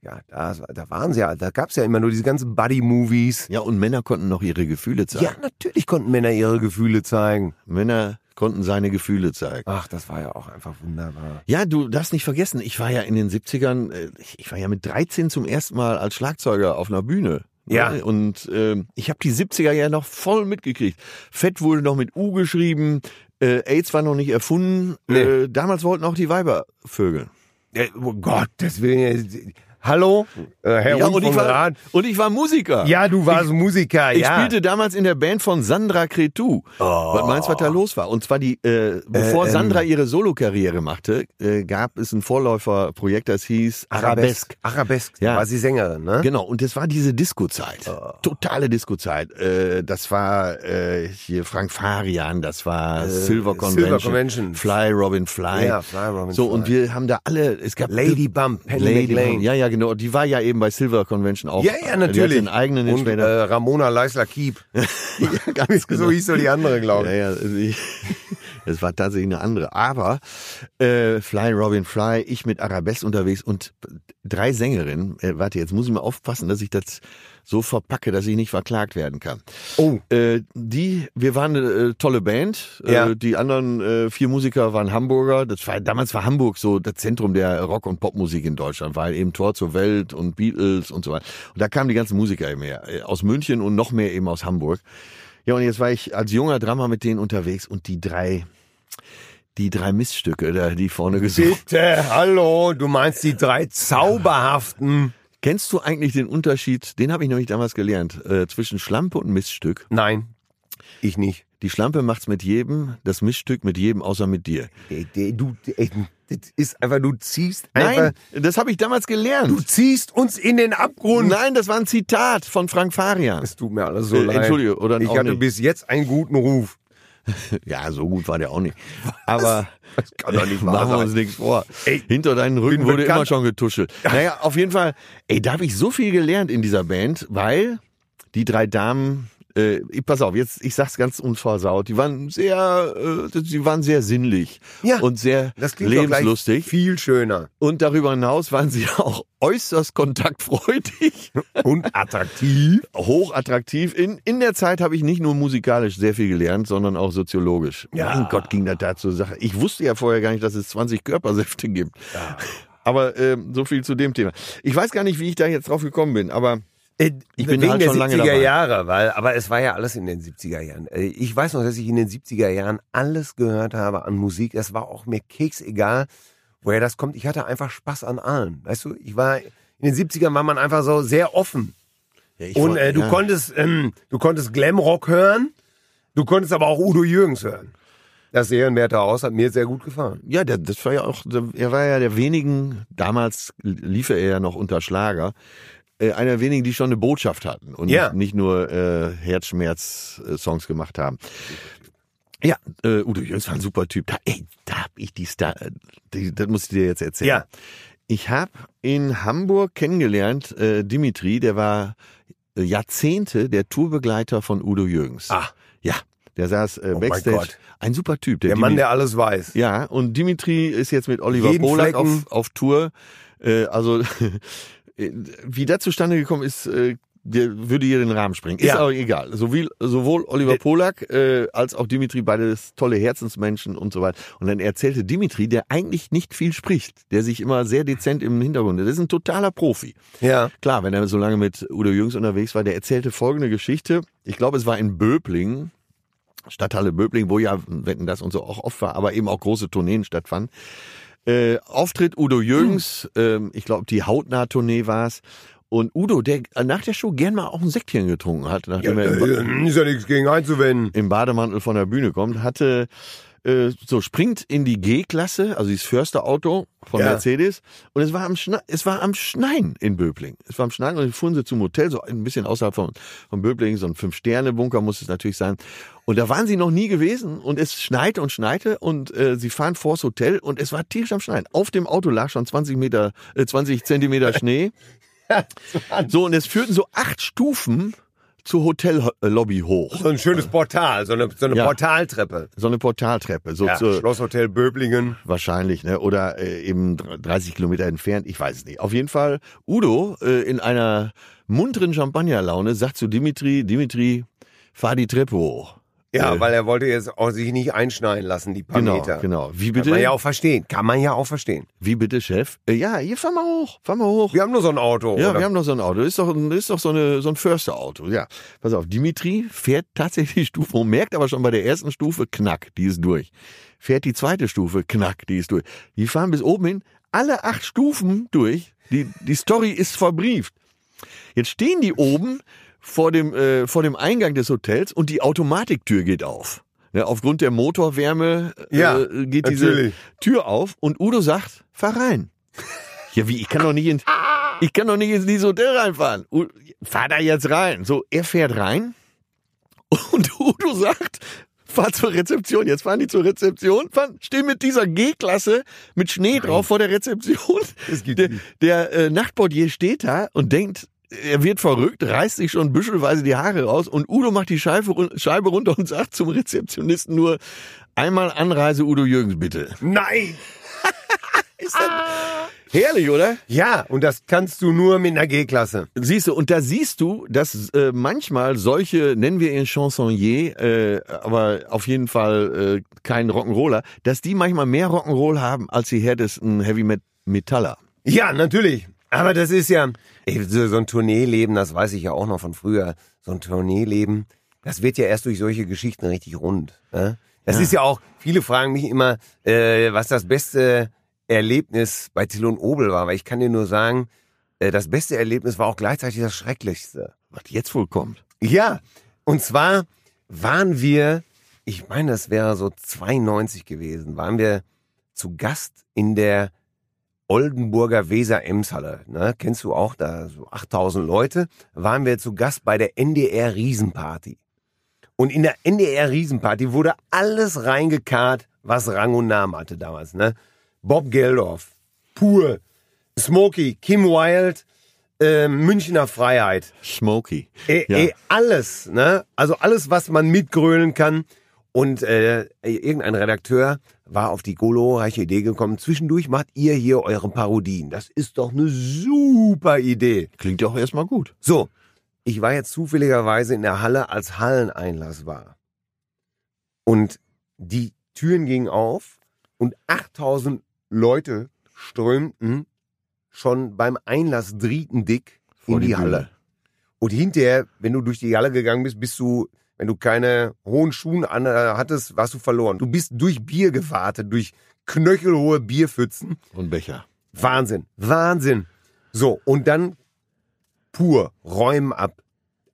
Speaker 3: Ja, da, da waren sie ja, da gab's ja immer nur diese ganzen Buddy-Movies.
Speaker 2: ja, und Männer konnten noch ihre Gefühle zeigen.
Speaker 3: Ja, natürlich konnten Männer ihre Gefühle zeigen.
Speaker 2: Männer konnten seine Gefühle zeigen.
Speaker 3: Ach, das war ja auch einfach wunderbar.
Speaker 2: Ja, du darfst nicht vergessen, ich war ja in den 70ern, äh, ich- ich war ja mit 13 zum ersten Mal als Schlagzeuger auf einer Bühne.
Speaker 3: Ja.
Speaker 2: Ne? Und ähm, ich habe die 70er ja noch voll mitgekriegt. Fett wurde noch mit U geschrieben, äh, AIDS war noch nicht erfunden.
Speaker 3: Nee.
Speaker 2: Äh, damals wollten auch die Weiber vögeln.
Speaker 3: Äh, oh Gott, deswegen. Hallo, äh, Herr ja,
Speaker 2: und, ich war, und ich war Musiker.
Speaker 3: Ja, du warst Musiker,
Speaker 2: Ich
Speaker 3: ja. Oh.
Speaker 2: spielte damals in der Band von Sandra Cretou. Was meinst du, was da los war? Und zwar die, äh, bevor
Speaker 3: Äh, ähm.
Speaker 2: Sandra ihre Solokarriere machte, äh, gab es ein Vorläuferprojekt, das hieß Arabesk.
Speaker 3: Arabesk,
Speaker 2: Ja.
Speaker 3: ja. war sie Sängerin, ne? Ah.
Speaker 2: Genau, und das war diese Disco-Zeit. Totale Disco-Zeit. Äh, das war äh, hier Frank Farian, das war Silver
Speaker 3: Äh, Silver
Speaker 2: Convention.
Speaker 3: Convention.
Speaker 2: Fly Robin Fly.
Speaker 3: Ja, Fly, Robin
Speaker 2: so,
Speaker 3: Fly.
Speaker 2: und wir haben da alle, es gab...
Speaker 3: Lady Bump, Penny
Speaker 2: Lady
Speaker 3: McLean.
Speaker 2: Bump, ja, ja, genau. Die war ja eben bei Silver Convention auch.
Speaker 3: Ja, ja, natürlich.
Speaker 2: Die hatte einen eigenen Hit
Speaker 3: Und äh,
Speaker 2: später.
Speaker 3: Ramona Leisler-Kiep.
Speaker 2: ja, ganz genau.
Speaker 3: so hieß so die andere, glaube
Speaker 2: Ja,
Speaker 3: ich.
Speaker 2: ja, also ich- es war tatsächlich eine andere. Aber äh, Fly Robin Fly, ich mit Arabesque unterwegs und drei Sängerinnen. Äh, warte, jetzt muss ich mal aufpassen, dass ich das so verpacke, dass ich nicht verklagt werden kann.
Speaker 3: Oh,
Speaker 2: Äh, die, wir waren eine äh, tolle Band.
Speaker 3: Ja.
Speaker 2: Äh, die anderen äh, vier Musiker waren Hamburger. Das war, damals war Hamburg so das Zentrum der Rock- und Popmusik in Deutschland, weil eben Tor zur Welt und Beatles und so weiter. Und da kamen die ganzen Musiker eben her. Äh, aus München und noch mehr eben aus Hamburg. Ja, und jetzt war ich als junger Drama mit denen unterwegs und die drei, die drei Miststücke, da, die vorne gesungen.
Speaker 3: bitte, hallo, du meinst die drei zauberhaften...
Speaker 2: Kennst du eigentlich den Unterschied, den habe ich nämlich damals gelernt, äh, zwischen Schlampe und Miststück?
Speaker 3: Nein, ich nicht.
Speaker 2: Die Schlampe macht's mit jedem, das Miststück mit jedem, außer mit dir.
Speaker 3: Ey, der- Äh, Du, ey, das ist einfach, du ziehst einfach...
Speaker 2: Nein, das habe ich damals
Speaker 3: Du
Speaker 2: gelernt.
Speaker 3: ziehst uns in den Abgrund.
Speaker 2: Nein, das war ein Zitat von Frank Farian.
Speaker 3: Es tut mir alles so
Speaker 2: Äh,
Speaker 3: leid.
Speaker 2: Entschuldige, oder
Speaker 3: Ich
Speaker 2: auch
Speaker 3: hatte
Speaker 2: nicht.
Speaker 3: bis jetzt einen guten Ruf.
Speaker 2: Ja, so gut war der auch nicht. Aber
Speaker 3: Das kann doch nicht wahr
Speaker 2: machen wir
Speaker 3: sein.
Speaker 2: uns nichts vor.
Speaker 3: Ey,
Speaker 2: Hinter deinen Rücken
Speaker 3: bin
Speaker 2: wurde
Speaker 3: bekannt.
Speaker 2: immer schon getuschelt. Naja, auf jeden Fall, ey, da habe ich so viel gelernt in dieser Band, weil die drei Damen, äh, ich- pass auf, jetzt, ich sag's ganz unversaut, die waren sehr, äh, die waren sehr sinnlich
Speaker 3: Ja,
Speaker 2: und sehr
Speaker 3: Das klingt doch gleich
Speaker 2: lebenslustig.
Speaker 3: viel schöner
Speaker 2: Und darüber hinaus waren sie auch äußerst kontaktfreudig.
Speaker 3: und attraktiv.
Speaker 2: hochattraktiv. In, in der Zeit habe ich nicht nur musikalisch sehr viel gelernt, sondern auch soziologisch.
Speaker 3: Ja.
Speaker 2: Mein Gott, ging das da zur Sache. Ich wusste ja vorher gar nicht, dass es 20 Körpersäfte gibt. Aber ähm, so viel zu dem Thema. Ich weiß gar nicht, wie ich da jetzt drauf gekommen bin, aber Ich bin
Speaker 3: Äh, wegen
Speaker 2: halt
Speaker 3: der
Speaker 2: schon lange
Speaker 3: 70er
Speaker 2: dabei.
Speaker 3: Jahre, weil aber es war ja alles in den 70er Jahren. Äh, Ich weiß noch, dass ich in den 70er Jahren alles gehört habe an Musik. Das war auch mir keksegal, woher das kommt. Ich hatte einfach Spaß an allem. Weißt du, ich war in den 70ern war man einfach so sehr offen.
Speaker 2: Ja, ich
Speaker 3: Und
Speaker 2: wollt-
Speaker 3: äh, du
Speaker 2: ja.
Speaker 3: konntest ähm, du konntest Glamrock hören, du konntest aber auch Udo Jürgens hören. Das Ehrenwerte Haus hat mir sehr gut gefallen.
Speaker 2: Ja, der, das war ja auch, er war ja der wenigen, damals lief er ja noch unter Schlager, äh, einer der wenigen, die schon eine Botschaft hatten und
Speaker 3: Ja.
Speaker 2: nicht nur äh, Herzschmerz-Songs gemacht haben. Ja, äh, Udo Jürgens war ein super Typ. Da, ey, da hab ich die Star, äh, die, das muss ich dir jetzt erzählen.
Speaker 3: Ja.
Speaker 2: Ich habe in Hamburg kennengelernt äh, Dimitri, der war äh, Jahrzehnte der Tourbegleiter von Udo Jürgens.
Speaker 3: Ah. Oh
Speaker 2: Ja, der saß äh,
Speaker 3: mein
Speaker 2: Backstage.
Speaker 3: Gott.
Speaker 2: Ein super Typ.
Speaker 3: Der
Speaker 2: Dimitri.
Speaker 3: Mann, der alles weiß.
Speaker 2: Ja, und Dimitri ist jetzt mit Oliver
Speaker 3: Jeden
Speaker 2: Polak auf,
Speaker 3: Flecken.
Speaker 2: auf Tour. Äh, also, äh, wie das zustande gekommen ist, äh, der würde hier den Rahmen sprengen. Ist
Speaker 3: Ja.
Speaker 2: aber egal. So wie, sowohl Oliver
Speaker 3: Der-
Speaker 2: Polak äh, als auch Dimitri, beides tolle Herzensmenschen und so weiter. Und dann erzählte Dimitri, der eigentlich nicht viel spricht, der sich immer sehr dezent im Hintergrund, das ist ein totaler Profi.
Speaker 3: Ja.
Speaker 2: Klar, wenn er so lange mit Udo Jüngs unterwegs war, der erzählte folgende Geschichte. Ich glaube, es war in Böblingen, Stadthalle Böblingen, wo ja Wetten das und so auch oft war, aber eben auch große Tourneen stattfanden. Äh, Auftritt Udo Jürgens,
Speaker 3: Hm.
Speaker 2: ähm, ich glaube, die Hautnah-Tournee war es. Und Udo, der nach der Show gern mal auch ein Säckchen getrunken hat, nachdem er im, Ba-
Speaker 3: Äh, Ist ja nichts gegen einzuwenden.
Speaker 2: im Bademantel von der Bühne kommt, hatte äh, so springt in die G-Klasse, also dieses Förster-Auto von
Speaker 3: Ja.
Speaker 2: Mercedes, und es war am Schne es war am Schneien in Böbling. Es war am Schneien und dann fuhren sie zum Hotel, so ein bisschen außerhalb von, von Böbling, so ein Fünf-Sterne-Bunker muss es natürlich sein. Und da waren sie noch nie gewesen und es schneite und schneite und äh, sie fahren vors Hotel und es war tierisch am Schneien. Auf dem Auto lag schon 20 Meter, äh, 20 Zentimeter Schnee. So, und es führten so acht Stufen zur Hotellobby hoch
Speaker 3: So ein schönes Portal, so eine, so eine
Speaker 2: Äh. Ja.
Speaker 3: Portaltreppe.
Speaker 2: so eine Portaltreppe, so
Speaker 3: Ja,
Speaker 2: zur,
Speaker 3: Schlosshotel Böblingen.
Speaker 2: wahrscheinlich, ne? Oder äh, eben dr- 30 Kilometer entfernt, ich weiß es nicht. Auf jeden Fall, Udo äh, in einer munteren Champagnerlaune sagt zu Dimitri, Dimitri, fahr die Treppe hoch.
Speaker 3: Ja,
Speaker 2: Äh,
Speaker 3: weil er wollte jetzt auch sich nicht einschneiden lassen, die paar
Speaker 2: genau,
Speaker 3: Meter.
Speaker 2: genau. Wie
Speaker 3: Kann man
Speaker 2: bitte?
Speaker 3: ja auch verstehen. Kann man ja auch verstehen.
Speaker 2: Wie bitte, Chef? Äh, ja, hier fahr mal hoch, fahr mal hoch.
Speaker 3: Wir haben nur so ein Auto.
Speaker 2: Ja,
Speaker 3: oder?
Speaker 2: wir haben noch so ein Auto. Ist doch, ein- ist doch so, eine, so ein Försterauto. Ja, pass auf. Dimitri fährt tatsächlich die Stufe hoch, merkt aber schon bei der ersten Stufe, knack, die ist durch. Fährt die zweite Stufe, knack, die ist durch. Die fahren bis oben hin, alle acht Stufen durch. Die, die Story ist verbrieft. Jetzt stehen die oben vor dem, äh, vor dem Eingang des Hotels und die Automatiktür geht auf. Ne, aufgrund der Motorwärme äh,
Speaker 3: Ja,
Speaker 2: geht diese
Speaker 3: natürlich.
Speaker 2: Tür auf und Udo sagt, fahr rein. Ja, wie? Ich kann doch nicht in, ich kann doch nicht in dieses Hotel reinfahren. U- Fahr da jetzt rein. So, er fährt rein und Udo sagt, fahr zur Rezeption. Jetzt fahren die zur Rezeption, fahren, stehen mit dieser G-Klasse mit Schnee drauf vor der Rezeption.
Speaker 3: Das gibt's
Speaker 2: Der,
Speaker 3: nicht.
Speaker 2: der äh, Nachtportier steht da und denkt, er wird verrückt, reißt sich schon büschelweise die Haare raus und Udo macht die Scheibe, run- Scheibe runter und sagt zum Rezeptionisten nur, einmal Anreise Udo Jürgens bitte.
Speaker 3: Nein!
Speaker 2: Ist das herrlich, oder?
Speaker 3: Ja, und das kannst du nur mit einer G-Klasse.
Speaker 2: Siehst du, und da siehst du, dass äh, manchmal solche, nennen wir ihn Chansonnier, äh, aber auf jeden Fall äh, kein Rock'n'Roller, dass die manchmal mehr Rock'n'Roll haben als die härtesten Heavy Met- Metaller.
Speaker 3: Ja, natürlich. Aber das ist ja, ey, so so ein Tourneeleben, das weiß ich ja auch noch von früher. So ein Tourneeleben, das wird ja erst durch solche Geschichten richtig rund. Ne? Das ist ja auch, viele fragen mich immer, äh, was das beste Erlebnis bei Till und Obel war. Weil ich kann dir nur sagen, äh, das beste Erlebnis war auch gleichzeitig das schrecklichste.
Speaker 2: Was jetzt wohl kommt.
Speaker 3: Ja, und zwar waren wir, ich meine, das wäre so 92 gewesen, waren wir zu Gast in der Oldenburger Weser-Ems-Halle. Ne? Kennst du auch, da so 8000 Leute, waren wir zu Gast bei der NDR-Riesenparty. Und in der NDR-Riesenparty wurde alles reingekarrt, was Rang und Namen hatte damals. Ne? Bob Geldof, Pur, Smokey, Kim Wilde, äh, Münchner Freiheit.
Speaker 2: Smokey.
Speaker 3: Ey,
Speaker 2: Ja.
Speaker 3: ey, Äh, alles, ne? Also alles, was man mitgrölen kann. Und äh, irgendein Redakteur war auf die glorreiche Idee gekommen. Zwischendurch macht ihr hier eure Parodien. Das ist doch eine super Idee.
Speaker 2: Klingt ja auch erstmal gut.
Speaker 3: So, ich war jetzt zufälligerweise in der Halle, als Halleneinlass war. Und die Türen gingen auf und 8000 Leute strömten schon beim Einlass drietendick in die,
Speaker 2: Bühne.
Speaker 3: Halle. Und hinterher, wenn du durch die Halle gegangen bist, bist du, wenn du keine hohen Schuhen an, äh, hattest, warst du verloren. Du bist durch Bier gewartet, durch knöchelhohe Bierpfützen.
Speaker 2: Und Becher.
Speaker 3: Wahnsinn, Wahnsinn. So, und dann pur, räumen ab.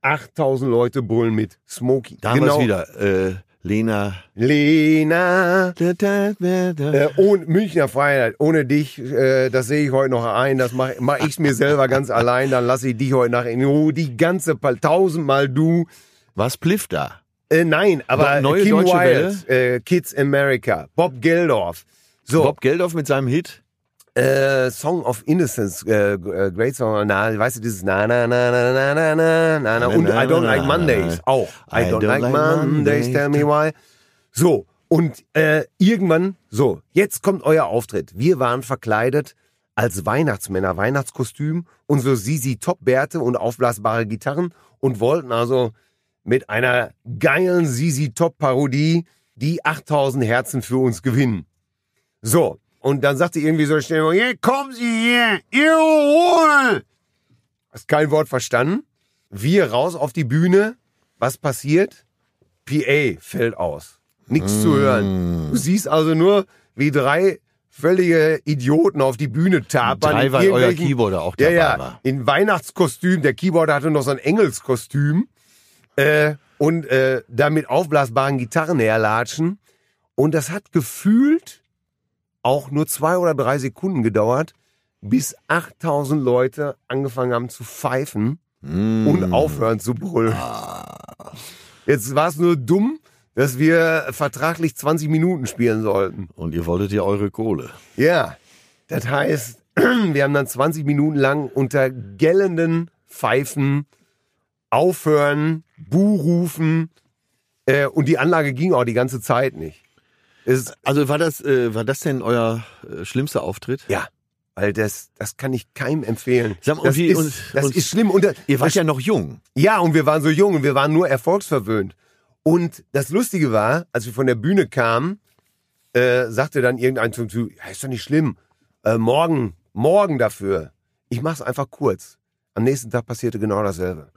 Speaker 3: 8000 Leute brüllen mit. Smokey. Genau.
Speaker 2: Da haben wir es wieder. Äh, Lena.
Speaker 3: Lena.
Speaker 2: Äh,
Speaker 3: Äh, ohne Münchner Freiheit, ohne dich, äh, das sehe ich heute noch ein, das mache mach ich mir selber ganz allein, dann lasse ich dich heute nach in Ruhe, die ganze, Pal- tausendmal du,
Speaker 2: Was Pliff da?
Speaker 3: Äh, nein, aber
Speaker 2: Neue
Speaker 3: Kim
Speaker 2: Deutsche
Speaker 3: Wilde, äh, Kids America, Bob Geldof. So,
Speaker 2: Bob Geldof mit seinem Hit.
Speaker 3: Äh, Song of Innocence, äh, äh, Great Song, na, weißt du, dieses na na na na na na na na na und I don't like Mondays auch. I don't like Mondays, tell me why. So, und äh, irgendwann, so, jetzt kommt euer Auftritt. Wir waren verkleidet als Weihnachtsmänner, Weihnachtskostüm und so Sisi Top-Bärte und aufblasbare Gitarren und wollten also mit einer geilen Sisi Top-Parodie die 8000 Herzen für uns gewinnen. So, und dann sagte irgendwie so schnell, hier kommen Sie hier, ihr Ruhe. Hast kein Wort verstanden. Wir raus auf die Bühne. Was passiert? PA fällt aus. Nichts zu
Speaker 2: Mm.
Speaker 3: hören. Du siehst also nur, wie drei völlige Idioten auf die Bühne tapern.
Speaker 2: Drei,
Speaker 3: in
Speaker 2: weil euer
Speaker 3: irgendwelchen-
Speaker 2: Keyboarder auch
Speaker 3: ja,
Speaker 2: dabei
Speaker 3: ja,
Speaker 2: war.
Speaker 3: in Weihnachtskostüm. Der Keyboarder hatte noch so ein Engelskostüm. Äh, und äh, da mit aufblasbaren Gitarren herlatschen. Und das hat gefühlt auch nur zwei oder drei Sekunden gedauert, bis 8000 Leute angefangen haben zu pfeifen und aufhören zu brüllen. Jetzt war es nur dumm, dass wir vertraglich 20 Minuten spielen sollten.
Speaker 2: Und ihr wolltet ja eure Kohle.
Speaker 3: Ja, das heißt, wir haben dann 20 Minuten lang unter gellenden Pfeifen aufhören, Buhrufen äh, und die Anlage ging auch die ganze Zeit nicht. Es,
Speaker 2: Also war das, äh, war das denn euer äh, schlimmster Auftritt?
Speaker 3: ja, weil das, das kann ich keinem empfehlen.
Speaker 2: Sag mal, und
Speaker 3: das
Speaker 2: wie-
Speaker 3: ist,
Speaker 2: und-
Speaker 3: das
Speaker 2: und-
Speaker 3: ist schlimm. Und, da-
Speaker 2: Ihr wart ja noch jung.
Speaker 3: Ja, und wir waren so jung und wir waren nur erfolgsverwöhnt. Und das Lustige war, als wir von der Bühne kamen, äh, sagte dann irgendein zum zu, ja, ist doch nicht schlimm, äh, morgen, morgen dafür. Ich mach's einfach kurz. Am nächsten Tag passierte genau dasselbe.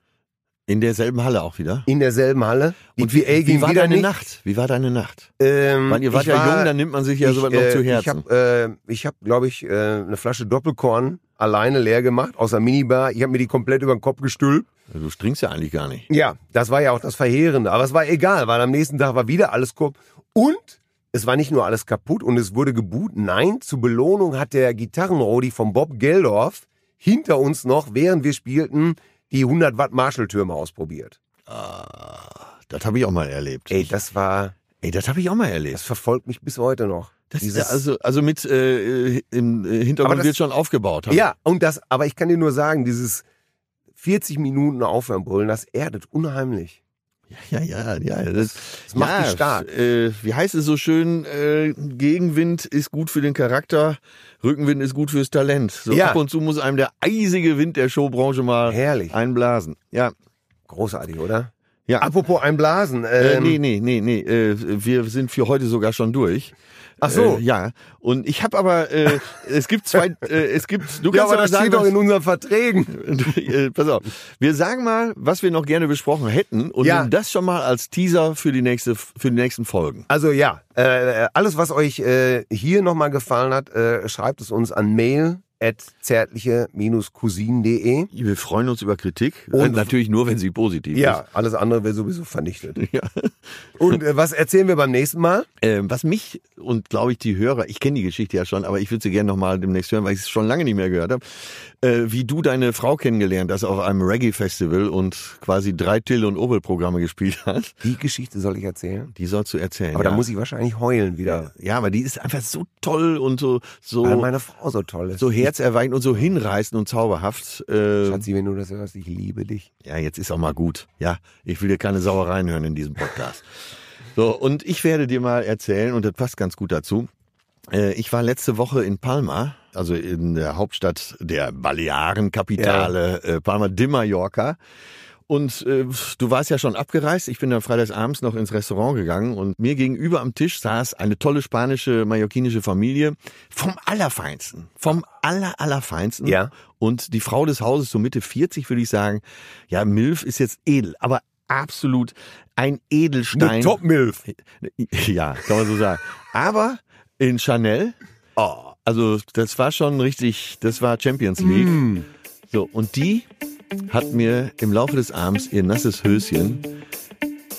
Speaker 2: In derselben Halle auch wieder.
Speaker 3: In derselben Halle. Die
Speaker 2: Und wie,
Speaker 3: PA ging
Speaker 2: wie war
Speaker 3: wieder
Speaker 2: deine
Speaker 3: nicht.
Speaker 2: Nacht? Wie war deine Nacht?
Speaker 3: Ähm,
Speaker 2: Weil ihr
Speaker 3: ich
Speaker 2: wart ja
Speaker 3: war-
Speaker 2: jung, dann nimmt man sich ja sowas noch
Speaker 3: äh,
Speaker 2: zu
Speaker 3: Ich
Speaker 2: Herzen.
Speaker 3: habe, äh, ich hab, glaube ich, äh, eine Flasche Doppelkorn alleine leer gemacht, aus der Minibar. Ich habe mir die komplett über den Kopf gestülpt.
Speaker 2: Also, du trinkst ja eigentlich gar nicht.
Speaker 3: Ja, das war ja auch das Verheerende. Aber es war egal, weil am nächsten Tag war wieder alles kaputt. Und es war nicht nur alles kaputt und es wurde geboot. Nein, zur Belohnung hat der Gitarrenrodi von Bob Geldorf hinter uns noch, während wir spielten, die 100 Watt Marshall-Türme ausprobiert.
Speaker 2: Das habe ich auch mal erlebt.
Speaker 3: Ah, Ey, das war,
Speaker 2: Ey, das habe ich auch mal
Speaker 3: das
Speaker 2: erlebt.
Speaker 3: verfolgt mich bis heute noch.
Speaker 2: Das ist
Speaker 3: Dieses-
Speaker 2: ja also, also mit äh, im äh,
Speaker 3: Aber
Speaker 2: Hintergrund
Speaker 3: das-
Speaker 2: wird schon aufgebaut. haben.
Speaker 3: ja, und das, aber ich kann dir nur sagen, dieses 40 Minuten aufhören brüllen, das erdet unheimlich.
Speaker 2: ja, ja, ja. Das,
Speaker 3: Das macht
Speaker 2: ja,
Speaker 3: dich stark.
Speaker 2: Äh, wie heißt es so schön? Äh, Gegenwind ist gut für den Charakter, Rückenwind ist gut fürs Talent. So
Speaker 3: Ja.
Speaker 2: ab und zu muss einem der eisige Wind der Showbranche mal
Speaker 3: Herrlich.
Speaker 2: einblasen. Ja.
Speaker 3: Großartig, oder?
Speaker 2: Ja.
Speaker 3: Apropos einblasen.
Speaker 2: Äh,
Speaker 3: Ähm,
Speaker 2: nee, nee, nee, nee. Äh, wir sind für heute sogar schon durch.
Speaker 3: Ach so.
Speaker 2: Äh, ja. Und ich habe aber, äh, es gibt zwei, äh, es gibt, du kannst
Speaker 3: ja, aber
Speaker 2: aber
Speaker 3: das
Speaker 2: sagen,
Speaker 3: steht doch
Speaker 2: was-
Speaker 3: in unseren Verträgen.
Speaker 2: Äh, Pass auf. Wir sagen mal, was wir noch gerne besprochen hätten und
Speaker 3: Ja.
Speaker 2: nehmen das schon mal als Teaser für die nächste, für die nächsten Folgen.
Speaker 3: Also ja, äh, alles, was euch äh, hier nochmal gefallen hat, äh, schreibt es uns an mail at zärtliche-cousin.de.
Speaker 2: Wir freuen uns über Kritik.
Speaker 3: Und-
Speaker 2: Und natürlich nur, wenn sie positiv
Speaker 3: Ja, alles andere wäre sowieso vernichtet.
Speaker 2: ist. Ja.
Speaker 3: Und äh, was erzählen wir beim nächsten Mal?
Speaker 2: Ähm, was mich und glaube ich die Hörer, ich kenne die Geschichte ja schon, aber ich würde sie gerne nochmal demnächst hören, weil ich es schon lange nicht mehr gehört habe, äh, wie du deine Frau kennengelernt hast auf einem Reggae-Festival und quasi drei Till- und Opel-Programme gespielt hast.
Speaker 3: Die Geschichte soll ich erzählen.
Speaker 2: Die sollst du erzählen.
Speaker 3: Aber
Speaker 2: ja.
Speaker 3: da muss ich wahrscheinlich heulen wieder,
Speaker 2: ja, aber die ist einfach so toll und so,
Speaker 3: weil
Speaker 2: so
Speaker 3: meine Frau so toll ist.
Speaker 2: so herzerweichend und so hinreißend und zauberhaft. Äh,
Speaker 3: Schatzi, wenn du das hörst, ich liebe dich.
Speaker 2: ja, jetzt ist auch mal gut. Ja, ich will dir keine Sauereien hören in diesem Podcast. So, und ich werde dir mal erzählen, und das passt ganz gut dazu. äh, Ich war letzte Woche in Palma, also in der Hauptstadt der Balearen-Kapitale äh, Palma de Mallorca. Und äh, du warst ja schon abgereist. Ich bin dann freitagsabends noch ins Restaurant gegangen und mir gegenüber am Tisch saß eine tolle spanische, mallorquinische Familie vom Allerfeinsten. Vom Aller, Allerfeinsten.
Speaker 3: Ja.
Speaker 2: Und die Frau des Hauses, so Mitte 40, würde ich sagen, ja, Milf ist jetzt edel, aber absolut ein Edelstein.
Speaker 3: Eine Top-Milf.
Speaker 2: Ja, kann man so sagen. Aber in Chanel, oh, also das war schon richtig, das war Champions League. So, und die hat mir im Laufe des Abends ihr nasses Höschen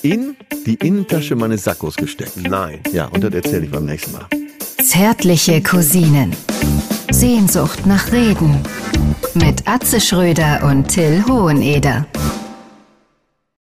Speaker 2: in die Innentasche meines Sackos gesteckt.
Speaker 3: Nein.
Speaker 2: Ja, und das erzähle ich beim nächsten Mal.
Speaker 1: Zärtliche Cousinen. Sehnsucht nach Reden. Mit Atze Schröder und Till Hoheneder.